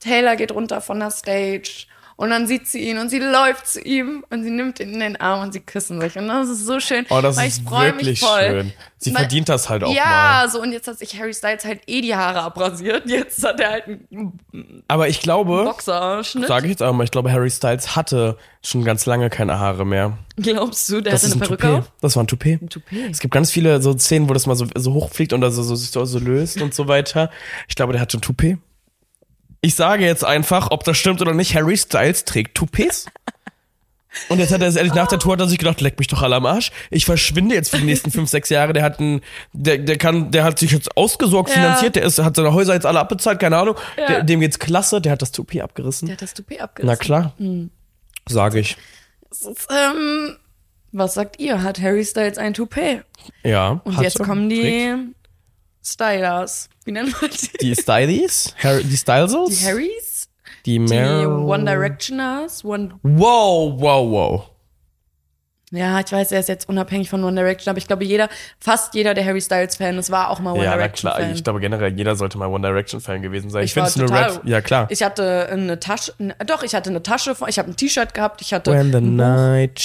[SPEAKER 2] Taylor geht runter von der Stage und dann sieht sie ihn und sie läuft zu ihm und sie nimmt ihn in den Arm und sie küssen sich. Und das ist so schön.
[SPEAKER 1] Oh, das
[SPEAKER 2] weil
[SPEAKER 1] ist
[SPEAKER 2] ich freu
[SPEAKER 1] wirklich
[SPEAKER 2] mich voll.
[SPEAKER 1] schön. Sie
[SPEAKER 2] Weil-
[SPEAKER 1] verdient das halt auch
[SPEAKER 2] Ja, so und jetzt hat sich Harry Styles halt eh die Haare abrasiert. Jetzt hat er halt einen
[SPEAKER 1] mal. Aber ich glaube,
[SPEAKER 2] Boxerschnitt.
[SPEAKER 1] sage ich jetzt auch mal, ich glaube, Harry Styles hatte schon ganz lange keine Haare mehr.
[SPEAKER 2] Glaubst du, der
[SPEAKER 1] Das
[SPEAKER 2] hatte
[SPEAKER 1] ist ein
[SPEAKER 2] eine Perücke
[SPEAKER 1] Toupet.
[SPEAKER 2] auf?
[SPEAKER 1] Das war ein Toupet.
[SPEAKER 2] Toupet.
[SPEAKER 1] Es gibt ganz viele so Szenen, wo das mal so, so hochfliegt und da so, so, so, so löst und so weiter. Ich glaube, der hatte ein Toupet. Ich sage jetzt einfach, ob das stimmt oder nicht, Harry Styles trägt Toupets. Und jetzt hat er es ehrlich nach der Tour hat er sich gedacht, leck mich doch alle am Arsch. Ich verschwinde jetzt für die nächsten fünf, sechs Jahre. Der hat einen, der, der kann, der hat sich jetzt ausgesorgt,
[SPEAKER 2] Ja.
[SPEAKER 1] finanziert, der ist, hat seine Häuser jetzt alle abbezahlt, keine Ahnung.
[SPEAKER 2] Ja.
[SPEAKER 1] Der, dem geht's klasse, der hat das Toupet abgerissen.
[SPEAKER 2] Der hat das Toupet
[SPEAKER 1] Na
[SPEAKER 2] abgerissen.
[SPEAKER 1] klar.
[SPEAKER 2] Hm.
[SPEAKER 1] Sage ich.
[SPEAKER 2] Das ist, ähm, was sagt ihr? Hat Harry Styles ein Toupet?
[SPEAKER 1] Ja.
[SPEAKER 2] Und
[SPEAKER 1] hat
[SPEAKER 2] jetzt
[SPEAKER 1] er.
[SPEAKER 2] kommen
[SPEAKER 1] Trägt.
[SPEAKER 2] die Stylers. Wie nennt man die?
[SPEAKER 1] Die Stylies? Harry, die Stylesels?
[SPEAKER 2] Die Harrys?
[SPEAKER 1] Die
[SPEAKER 2] Die
[SPEAKER 1] Meryl.
[SPEAKER 2] One Directioners? One
[SPEAKER 1] Wow, wow, wow.
[SPEAKER 2] ja, ich weiß, er ist jetzt unabhängig von One Direction, aber ich glaube, jeder, fast jeder, der Harry Styles-Fan ist, war auch mal One
[SPEAKER 1] ja, na
[SPEAKER 2] Direction-Fan.
[SPEAKER 1] klar. Ich glaube generell, jeder sollte mal One Direction Fan gewesen sein. Ich,
[SPEAKER 2] Ich
[SPEAKER 1] finde
[SPEAKER 2] war
[SPEAKER 1] es nur
[SPEAKER 2] total-
[SPEAKER 1] Red. Ja, klar.
[SPEAKER 2] Ich hatte eine Tasche, n- doch, ich hatte eine Tasche, von- ich habe ein T-Shirt gehabt, ich hatte
[SPEAKER 1] When the
[SPEAKER 2] ein Buch.
[SPEAKER 1] night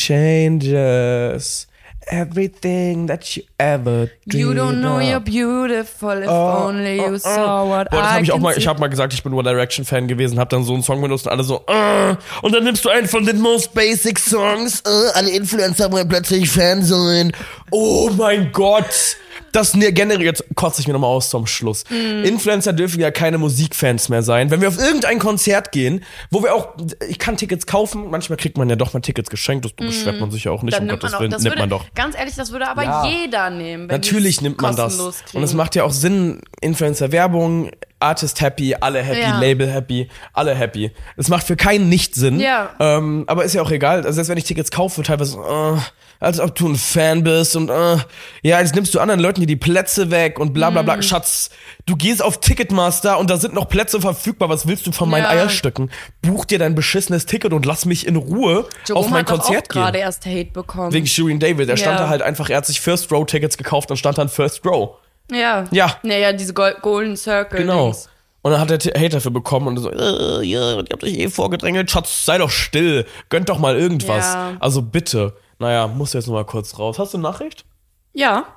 [SPEAKER 1] changes, everything that you ever dreamed
[SPEAKER 2] You don't know
[SPEAKER 1] of.
[SPEAKER 2] you're beautiful if
[SPEAKER 1] Oh,
[SPEAKER 2] only
[SPEAKER 1] oh,
[SPEAKER 2] you
[SPEAKER 1] oh.
[SPEAKER 2] saw what
[SPEAKER 1] Boah, das
[SPEAKER 2] I
[SPEAKER 1] habe ich auch
[SPEAKER 2] can
[SPEAKER 1] mal, ich
[SPEAKER 2] see.
[SPEAKER 1] habe mal gesagt, ich bin One Direction Fan gewesen, habe dann so einen Song benutzt und alle so, äh, und dann nimmst du einen von den most basic Songs, äh, alle Influencer wollen plötzlich Fan sein. Oh mein Gott. Das ne- generell, jetzt kotze ich mir nochmal aus zum Schluss.
[SPEAKER 2] Mm.
[SPEAKER 1] Influencer dürfen ja keine Musikfans mehr sein. Wenn wir auf irgendein Konzert gehen, wo wir auch, ich kann Tickets kaufen, manchmal kriegt man ja doch mal Tickets geschenkt, das beschwert man sich ja auch nicht,
[SPEAKER 2] Mm. Dann
[SPEAKER 1] um
[SPEAKER 2] nimmt man
[SPEAKER 1] Gottes
[SPEAKER 2] auch,
[SPEAKER 1] Willen,
[SPEAKER 2] das
[SPEAKER 1] nimmt
[SPEAKER 2] würde,
[SPEAKER 1] man doch.
[SPEAKER 2] Ganz ehrlich, das würde aber
[SPEAKER 1] Ja.
[SPEAKER 2] jeder nehmen. Wenn
[SPEAKER 1] Natürlich
[SPEAKER 2] die's
[SPEAKER 1] nimmt man das.
[SPEAKER 2] kostenlos
[SPEAKER 1] Und
[SPEAKER 2] kriegen.
[SPEAKER 1] es macht ja auch Sinn, Influencer Werbung, Artist happy, alle happy,
[SPEAKER 2] Ja.
[SPEAKER 1] Label happy, alle happy. Es macht für keinen nicht Sinn.
[SPEAKER 2] Ja.
[SPEAKER 1] Ähm, aber ist ja auch egal. Also selbst wenn ich Tickets kaufe, teilweise, äh, als ob du ein Fan bist und äh, ja, jetzt nimmst du anderen Leuten hier die Plätze weg und bla bla bla.
[SPEAKER 2] Mhm.
[SPEAKER 1] Schatz, du gehst auf Ticketmaster und da sind noch Plätze verfügbar. Was willst du von meinen
[SPEAKER 2] Ja.
[SPEAKER 1] Eierstöcken? Buch dir dein beschissenes Ticket und lass mich in Ruhe
[SPEAKER 2] Jerome
[SPEAKER 1] auf mein
[SPEAKER 2] hat doch
[SPEAKER 1] Konzert
[SPEAKER 2] auch
[SPEAKER 1] gehen
[SPEAKER 2] gerade erst Hate bekommen.
[SPEAKER 1] wegen Shirin David. Er stand
[SPEAKER 2] Ja.
[SPEAKER 1] da halt einfach, er hat sich First Row Tickets gekauft und stand dann First Row.
[SPEAKER 2] ja.
[SPEAKER 1] Ja.
[SPEAKER 2] Naja, diese Gold Golden Circle.
[SPEAKER 1] Genau.
[SPEAKER 2] Dings.
[SPEAKER 1] Und dann hat er T- Hate dafür bekommen und so, äh, ja, ihr habt euch eh vorgedrängelt, Schatz, sei doch still, gönnt doch mal irgendwas.
[SPEAKER 2] Ja.
[SPEAKER 1] Also bitte. Naja, muss jetzt noch mal kurz raus. Hast du eine Nachricht?
[SPEAKER 2] Ja.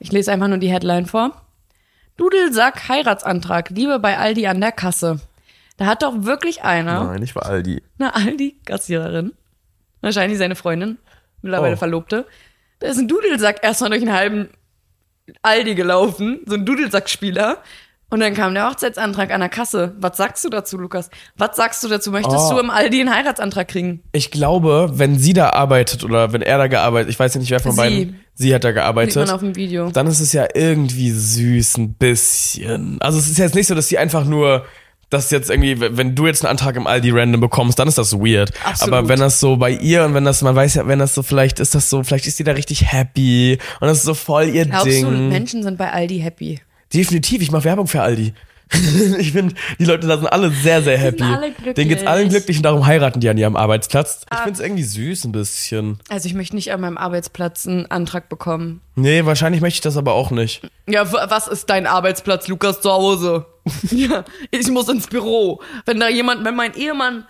[SPEAKER 2] Ich lese einfach nur die Headline vor. Dudelsack Heiratsantrag, Liebe bei Aldi an der Kasse. Da hat doch wirklich einer,
[SPEAKER 1] Nein, ich war Aldi.
[SPEAKER 2] eine Aldi-Kassiererin, wahrscheinlich seine Freundin, mittlerweile
[SPEAKER 1] Oh.
[SPEAKER 2] Verlobte, da ist ein Dudelsack erstmal durch einen halben Aldi gelaufen, so ein Dudelsackspieler. Und dann kam der Hochzeitsantrag an der Kasse. Was sagst du dazu, Lukas? Was sagst du dazu? Möchtest
[SPEAKER 1] Oh.
[SPEAKER 2] du im Aldi einen Heiratsantrag kriegen?
[SPEAKER 1] Ich glaube, wenn sie da arbeitet oder wenn er da gearbeitet, ich weiß ja nicht, wer von
[SPEAKER 2] Sie.
[SPEAKER 1] beiden, sie hat da
[SPEAKER 2] Sieht man
[SPEAKER 1] gearbeitet.
[SPEAKER 2] auf dem Video.
[SPEAKER 1] dann ist es ja irgendwie süß ein bisschen. Also es ist jetzt nicht so, dass sie einfach nur dass jetzt irgendwie, w- wenn du jetzt einen Antrag im Aldi random bekommst, dann ist das weird.
[SPEAKER 2] Absolut.
[SPEAKER 1] Aber wenn das so bei ihr und wenn das, man weiß ja, wenn das so, vielleicht ist das so, vielleicht ist sie da richtig happy und das ist so voll ihr
[SPEAKER 2] Glaubst du,
[SPEAKER 1] Ding.
[SPEAKER 2] Menschen sind bei Aldi happy?
[SPEAKER 1] Definitiv, ich mache Werbung für Aldi. ich finde, die Leute da sind alle sehr, sehr happy.
[SPEAKER 2] alle glücklich. Ah.
[SPEAKER 1] Denen geht's allen glücklich und darum heiraten die an ihrem Arbeitsplatz. Ich find's irgendwie süß ein bisschen.
[SPEAKER 2] Also ich möchte nicht an meinem Arbeitsplatz einen Antrag bekommen.
[SPEAKER 1] Nee, wahrscheinlich möchte ich das aber auch nicht.
[SPEAKER 2] Ja, w- was ist dein Arbeitsplatz, Lukas, zu Hause? ja, ich muss ins Büro. Wenn da jemand, wenn mein Ehemann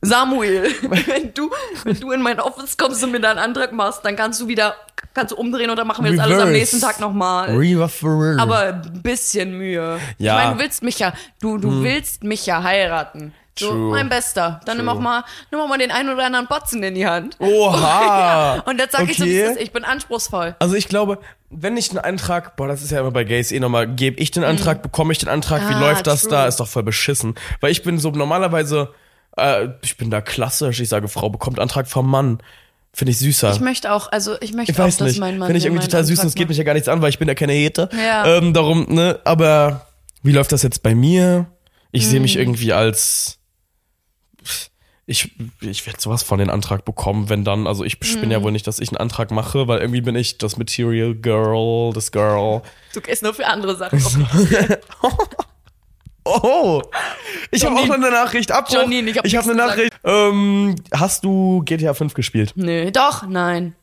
[SPEAKER 2] Samuel, wenn du, wenn du in mein Office kommst und mir da einen Antrag machst, dann kannst du wieder, kannst du umdrehen oder machen wir das alles am
[SPEAKER 1] Reverse.
[SPEAKER 2] nächsten Tag nochmal.
[SPEAKER 1] Reverse.
[SPEAKER 2] Äh. Aber ein bisschen Mühe.
[SPEAKER 1] Ja. Hm.
[SPEAKER 2] Ich meine, du willst mich ja, du, du willst mich ja heiraten. So,
[SPEAKER 1] True.
[SPEAKER 2] mein Bester. Dann nimm auch mal, nimm auch mal den einen oder anderen Batzen in die Hand.
[SPEAKER 1] Oha!
[SPEAKER 2] Und jetzt sag ich so, wie
[SPEAKER 1] Okay.
[SPEAKER 2] es ist. Ich bin anspruchsvoll.
[SPEAKER 1] Also ich glaube, wenn ich einen Antrag, boah, das ist ja immer bei Gays eh nochmal, gebe ich den Antrag, bekomme ich den Antrag, wie
[SPEAKER 2] Mhm. Ah,
[SPEAKER 1] läuft das
[SPEAKER 2] true.
[SPEAKER 1] da? Ist doch voll beschissen. Weil ich bin so normalerweise, äh, ich bin da klassisch, ich sage, Frau bekommt Antrag vom Mann. Finde ich süßer.
[SPEAKER 2] Ich möchte auch, also ich möchte
[SPEAKER 1] Ähm, Ich
[SPEAKER 2] auch,
[SPEAKER 1] weiß
[SPEAKER 2] dass
[SPEAKER 1] nicht.
[SPEAKER 2] mein Mann.
[SPEAKER 1] Finde ich
[SPEAKER 2] mir
[SPEAKER 1] irgendwie
[SPEAKER 2] meinen
[SPEAKER 1] total süß und es
[SPEAKER 2] Antrag
[SPEAKER 1] geht mich ja gar nichts an, weil ich bin ja keine Hete.
[SPEAKER 2] Ja.
[SPEAKER 1] Ähm, darum, ne, aber wie läuft das jetzt bei mir? Ich sehe
[SPEAKER 2] Mhm.
[SPEAKER 1] mich irgendwie als. Ich, ich werde sowas von den Antrag bekommen, wenn dann, also ich bin
[SPEAKER 2] Mhm.
[SPEAKER 1] ja wohl nicht, dass ich einen Antrag mache, weil irgendwie bin ich das Material Girl, das Girl.
[SPEAKER 2] macht. Du gehst nur für andere Sachen. auf.
[SPEAKER 1] Oh! Ich habe auch noch eine Nachricht. Abbruch.
[SPEAKER 2] Janine, ich hab
[SPEAKER 1] ich hab eine
[SPEAKER 2] nichts
[SPEAKER 1] Nachricht. Ähm, hast du GTA 5 gespielt?
[SPEAKER 2] Nö, doch, nein.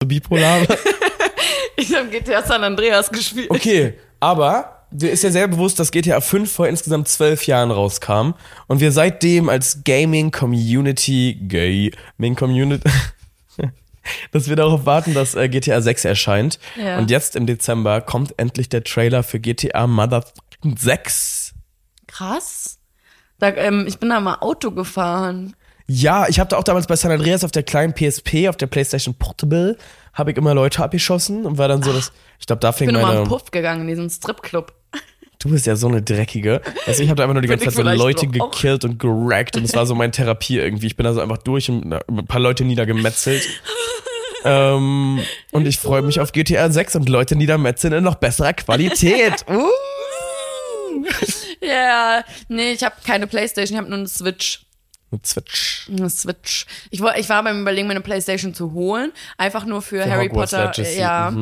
[SPEAKER 1] So Bipolar?
[SPEAKER 2] Ich habe GTA San Andreas gespielt.
[SPEAKER 1] Okay, aber dir ist ja sehr bewusst, dass GTA 5 vor insgesamt zwölf Jahren rauskam und wir seitdem als Gaming Community, Gaming Community, dass wir darauf warten, dass äh, GTA 6 erscheint.
[SPEAKER 2] Ja.
[SPEAKER 1] Und jetzt im Dezember kommt endlich der Trailer für GTA Mother 6.
[SPEAKER 2] Krass. Da, ähm, ich bin da mal Auto gefahren.
[SPEAKER 1] Ja, ich habe da auch damals bei San Andreas auf der kleinen PSP, auf der PlayStation Portable, habe ich immer Leute abgeschossen und war dann so,
[SPEAKER 2] Ah,
[SPEAKER 1] dass ich glaube, da
[SPEAKER 2] Ich
[SPEAKER 1] fing
[SPEAKER 2] bin immer
[SPEAKER 1] meine
[SPEAKER 2] im Puff gegangen, in diesen Stripclub.
[SPEAKER 1] Du bist ja so eine dreckige. Also ich habe da einfach nur die
[SPEAKER 2] Bin
[SPEAKER 1] ganze Zeit
[SPEAKER 2] ich
[SPEAKER 1] so
[SPEAKER 2] vielleicht
[SPEAKER 1] Leute
[SPEAKER 2] doch auch.
[SPEAKER 1] gekillt und gerackt und es war so meine Therapie irgendwie. Ich bin da so einfach durch und na, ein paar Leute niedergemetzelt. ähm, und ich freue mich auf GTA 6 und Leute niedermetzeln in noch besserer Qualität. Uh.
[SPEAKER 2] Ja, nee, ich habe keine Playstation, ich habe nur eine Switch.
[SPEAKER 1] Mit Switch.
[SPEAKER 2] Eine Switch. Ich, woll- ich war beim Überlegen, mir eine Playstation zu holen. Einfach nur für, Harry
[SPEAKER 1] Hogwarts
[SPEAKER 2] Potter.
[SPEAKER 1] Legacy, mhm.
[SPEAKER 2] Ja.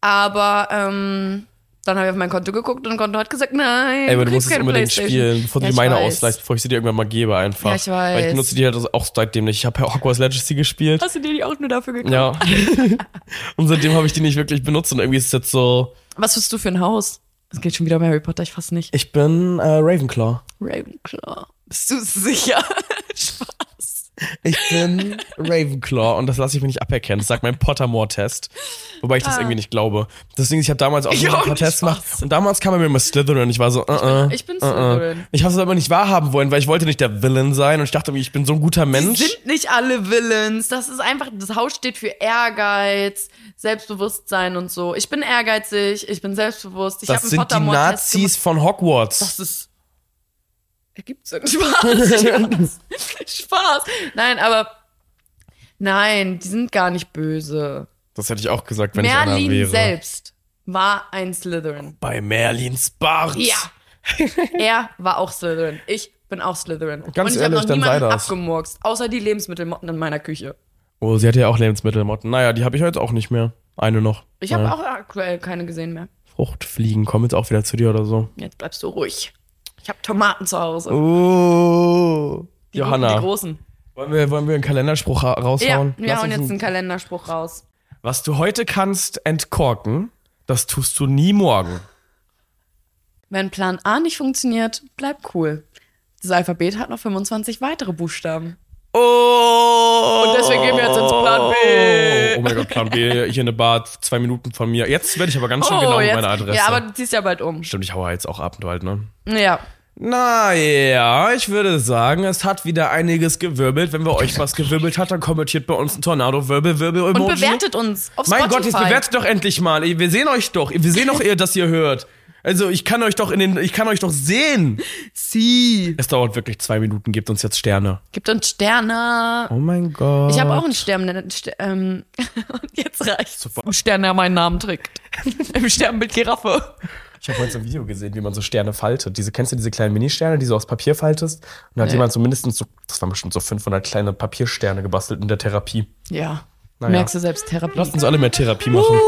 [SPEAKER 2] Aber ähm, dann habe ich auf mein Konto geguckt und Konto hat gesagt, nein.
[SPEAKER 1] Ey, aber du
[SPEAKER 2] kriegst
[SPEAKER 1] musst es
[SPEAKER 2] keine
[SPEAKER 1] unbedingt
[SPEAKER 2] PlayStation.
[SPEAKER 1] spielen, bevor du
[SPEAKER 2] Ja,
[SPEAKER 1] die
[SPEAKER 2] ich
[SPEAKER 1] meine
[SPEAKER 2] weiß.
[SPEAKER 1] ausleihst, bevor ich sie dir irgendwann mal gebe einfach.
[SPEAKER 2] Ja, ich
[SPEAKER 1] Weil ich
[SPEAKER 2] weiß.
[SPEAKER 1] benutze die halt auch seitdem nicht. Ich habe Hogwarts Legacy gespielt.
[SPEAKER 2] Hast du dir die auch nur dafür gekauft?
[SPEAKER 1] Ja. und seitdem habe ich die nicht wirklich benutzt und irgendwie ist es jetzt so,
[SPEAKER 2] Was bist du für ein Haus? Es geht schon wieder um Harry Potter, ich fass nicht.
[SPEAKER 1] ich bin äh, Ravenclaw.
[SPEAKER 2] Ravenclaw. Bist du sicher? Spaß.
[SPEAKER 1] Ich bin Ravenclaw und das lasse ich mir nicht aberkennen. Das sagt mein Pottermore-Test. Wobei ich
[SPEAKER 2] Ah.
[SPEAKER 1] das irgendwie nicht glaube. Deswegen, ich habe damals auch
[SPEAKER 2] Ich
[SPEAKER 1] schon ein
[SPEAKER 2] auch
[SPEAKER 1] paar
[SPEAKER 2] nicht,
[SPEAKER 1] Tests gemacht.
[SPEAKER 2] was?
[SPEAKER 1] Und damals kam er mir immer Slytherin und ich war so, uh -uh,
[SPEAKER 2] Ich bin
[SPEAKER 1] uh -uh.
[SPEAKER 2] Slytherin.
[SPEAKER 1] Ich habe es aber nicht wahrhaben wollen, weil ich wollte nicht der Villain sein und ich dachte mir, ich bin so ein guter Mensch.
[SPEAKER 2] Sind nicht alle Villains. Das ist einfach, das Haus steht für Ehrgeiz, Selbstbewusstsein und so. Ich bin ehrgeizig, ich bin selbstbewusst. Ich
[SPEAKER 1] das
[SPEAKER 2] habe einen
[SPEAKER 1] sind die
[SPEAKER 2] Pottermore-Test gemacht.
[SPEAKER 1] Nazis von Hogwarts.
[SPEAKER 2] Das ist. Ergibt Sinn. Spaß. Spaß. Nein, aber. Nein, die sind gar nicht böse.
[SPEAKER 1] Das hätte ich auch gesagt, wenn ich einer
[SPEAKER 2] Merlin
[SPEAKER 1] wäre.
[SPEAKER 2] selbst war ein Slytherin.
[SPEAKER 1] Bei Merlins Bart.
[SPEAKER 2] Ja. er war auch Slytherin. Ich bin auch Slytherin.
[SPEAKER 1] Ganz
[SPEAKER 2] und ich habe
[SPEAKER 1] ehrlich,
[SPEAKER 2] noch
[SPEAKER 1] dann sei
[SPEAKER 2] niemanden
[SPEAKER 1] das.
[SPEAKER 2] abgemurkst, außer die Lebensmittelmotten in meiner Küche.
[SPEAKER 1] Oh, sie hatte ja auch Lebensmittelmotten. Naja, die habe ich heute auch nicht mehr. Eine noch.
[SPEAKER 2] Ich habe
[SPEAKER 1] naja.
[SPEAKER 2] auch aktuell keine gesehen mehr.
[SPEAKER 1] Fruchtfliegen kommen jetzt auch wieder zu dir oder so.
[SPEAKER 2] Jetzt bleibst du ruhig. Ich habe Tomaten zu Hause.
[SPEAKER 1] Oh.
[SPEAKER 2] die
[SPEAKER 1] Johanna.
[SPEAKER 2] Guten, die großen.
[SPEAKER 1] Wollen wir, wollen wir einen Kalenderspruch ra-
[SPEAKER 2] Ja,
[SPEAKER 1] raushauen?
[SPEAKER 2] wir
[SPEAKER 1] Lass
[SPEAKER 2] hauen
[SPEAKER 1] uns
[SPEAKER 2] jetzt
[SPEAKER 1] einen-
[SPEAKER 2] einen Kalenderspruch raus.
[SPEAKER 1] Was du heute kannst entkorken, das tust du nie morgen.
[SPEAKER 2] Wenn Plan A nicht funktioniert, bleib cool. Das Alphabet hat noch 25 weitere Buchstaben.
[SPEAKER 1] Oh!
[SPEAKER 2] Und deswegen gehen wir jetzt ins Plan B.
[SPEAKER 1] Oh mein Gott, Plan B, hier eine Bar, zwei Minuten von mir. Jetzt werde ich aber ganz schön genau mit
[SPEAKER 2] Oh, jetzt,
[SPEAKER 1] meiner Adresse.
[SPEAKER 2] Ja, aber du ziehst ja bald um.
[SPEAKER 1] Stimmt, ich haue jetzt auch ab und halt, ne?
[SPEAKER 2] Ja.
[SPEAKER 1] Naja, ich würde sagen, es hat wieder einiges gewirbelt. Wenn wir euch was gewirbelt hat, dann kommentiert bei uns ein Tornado-Wirbel-Wirbel-Emoji.
[SPEAKER 2] Und bewertet uns auf Spotify.
[SPEAKER 1] Mein Gott, jetzt bewertet doch endlich mal. Ey, Wir sehen euch doch. Wir sehen doch, ihr, dass ihr hört. Also ich kann euch doch in den, ich kann euch doch sehen.
[SPEAKER 2] Sie.
[SPEAKER 1] Es dauert wirklich zwei Minuten. Gebt uns jetzt Sterne.
[SPEAKER 2] Gibt uns Sterne.
[SPEAKER 1] Oh mein Gott.
[SPEAKER 2] Ich habe auch einen Stern. einen Ster- Ähm, und jetzt reicht's.
[SPEAKER 1] Super.
[SPEAKER 2] Ein Stern, der meinen Namen trägt. Im Sternbild Giraffe.
[SPEAKER 1] Ich habe heute so ein Video gesehen, wie man so Sterne faltet. Diese kennst du diese kleinen Mini-Sterne, die du aus Papier faltest? Und da hat
[SPEAKER 2] Nee.
[SPEAKER 1] jemand so mindestens so, das waren bestimmt so 500 kleine Papiersterne gebastelt in der Therapie.
[SPEAKER 2] Ja.
[SPEAKER 1] Naja.
[SPEAKER 2] Merkst du selbst Therapie.
[SPEAKER 1] Lasst uns alle mehr Therapie machen.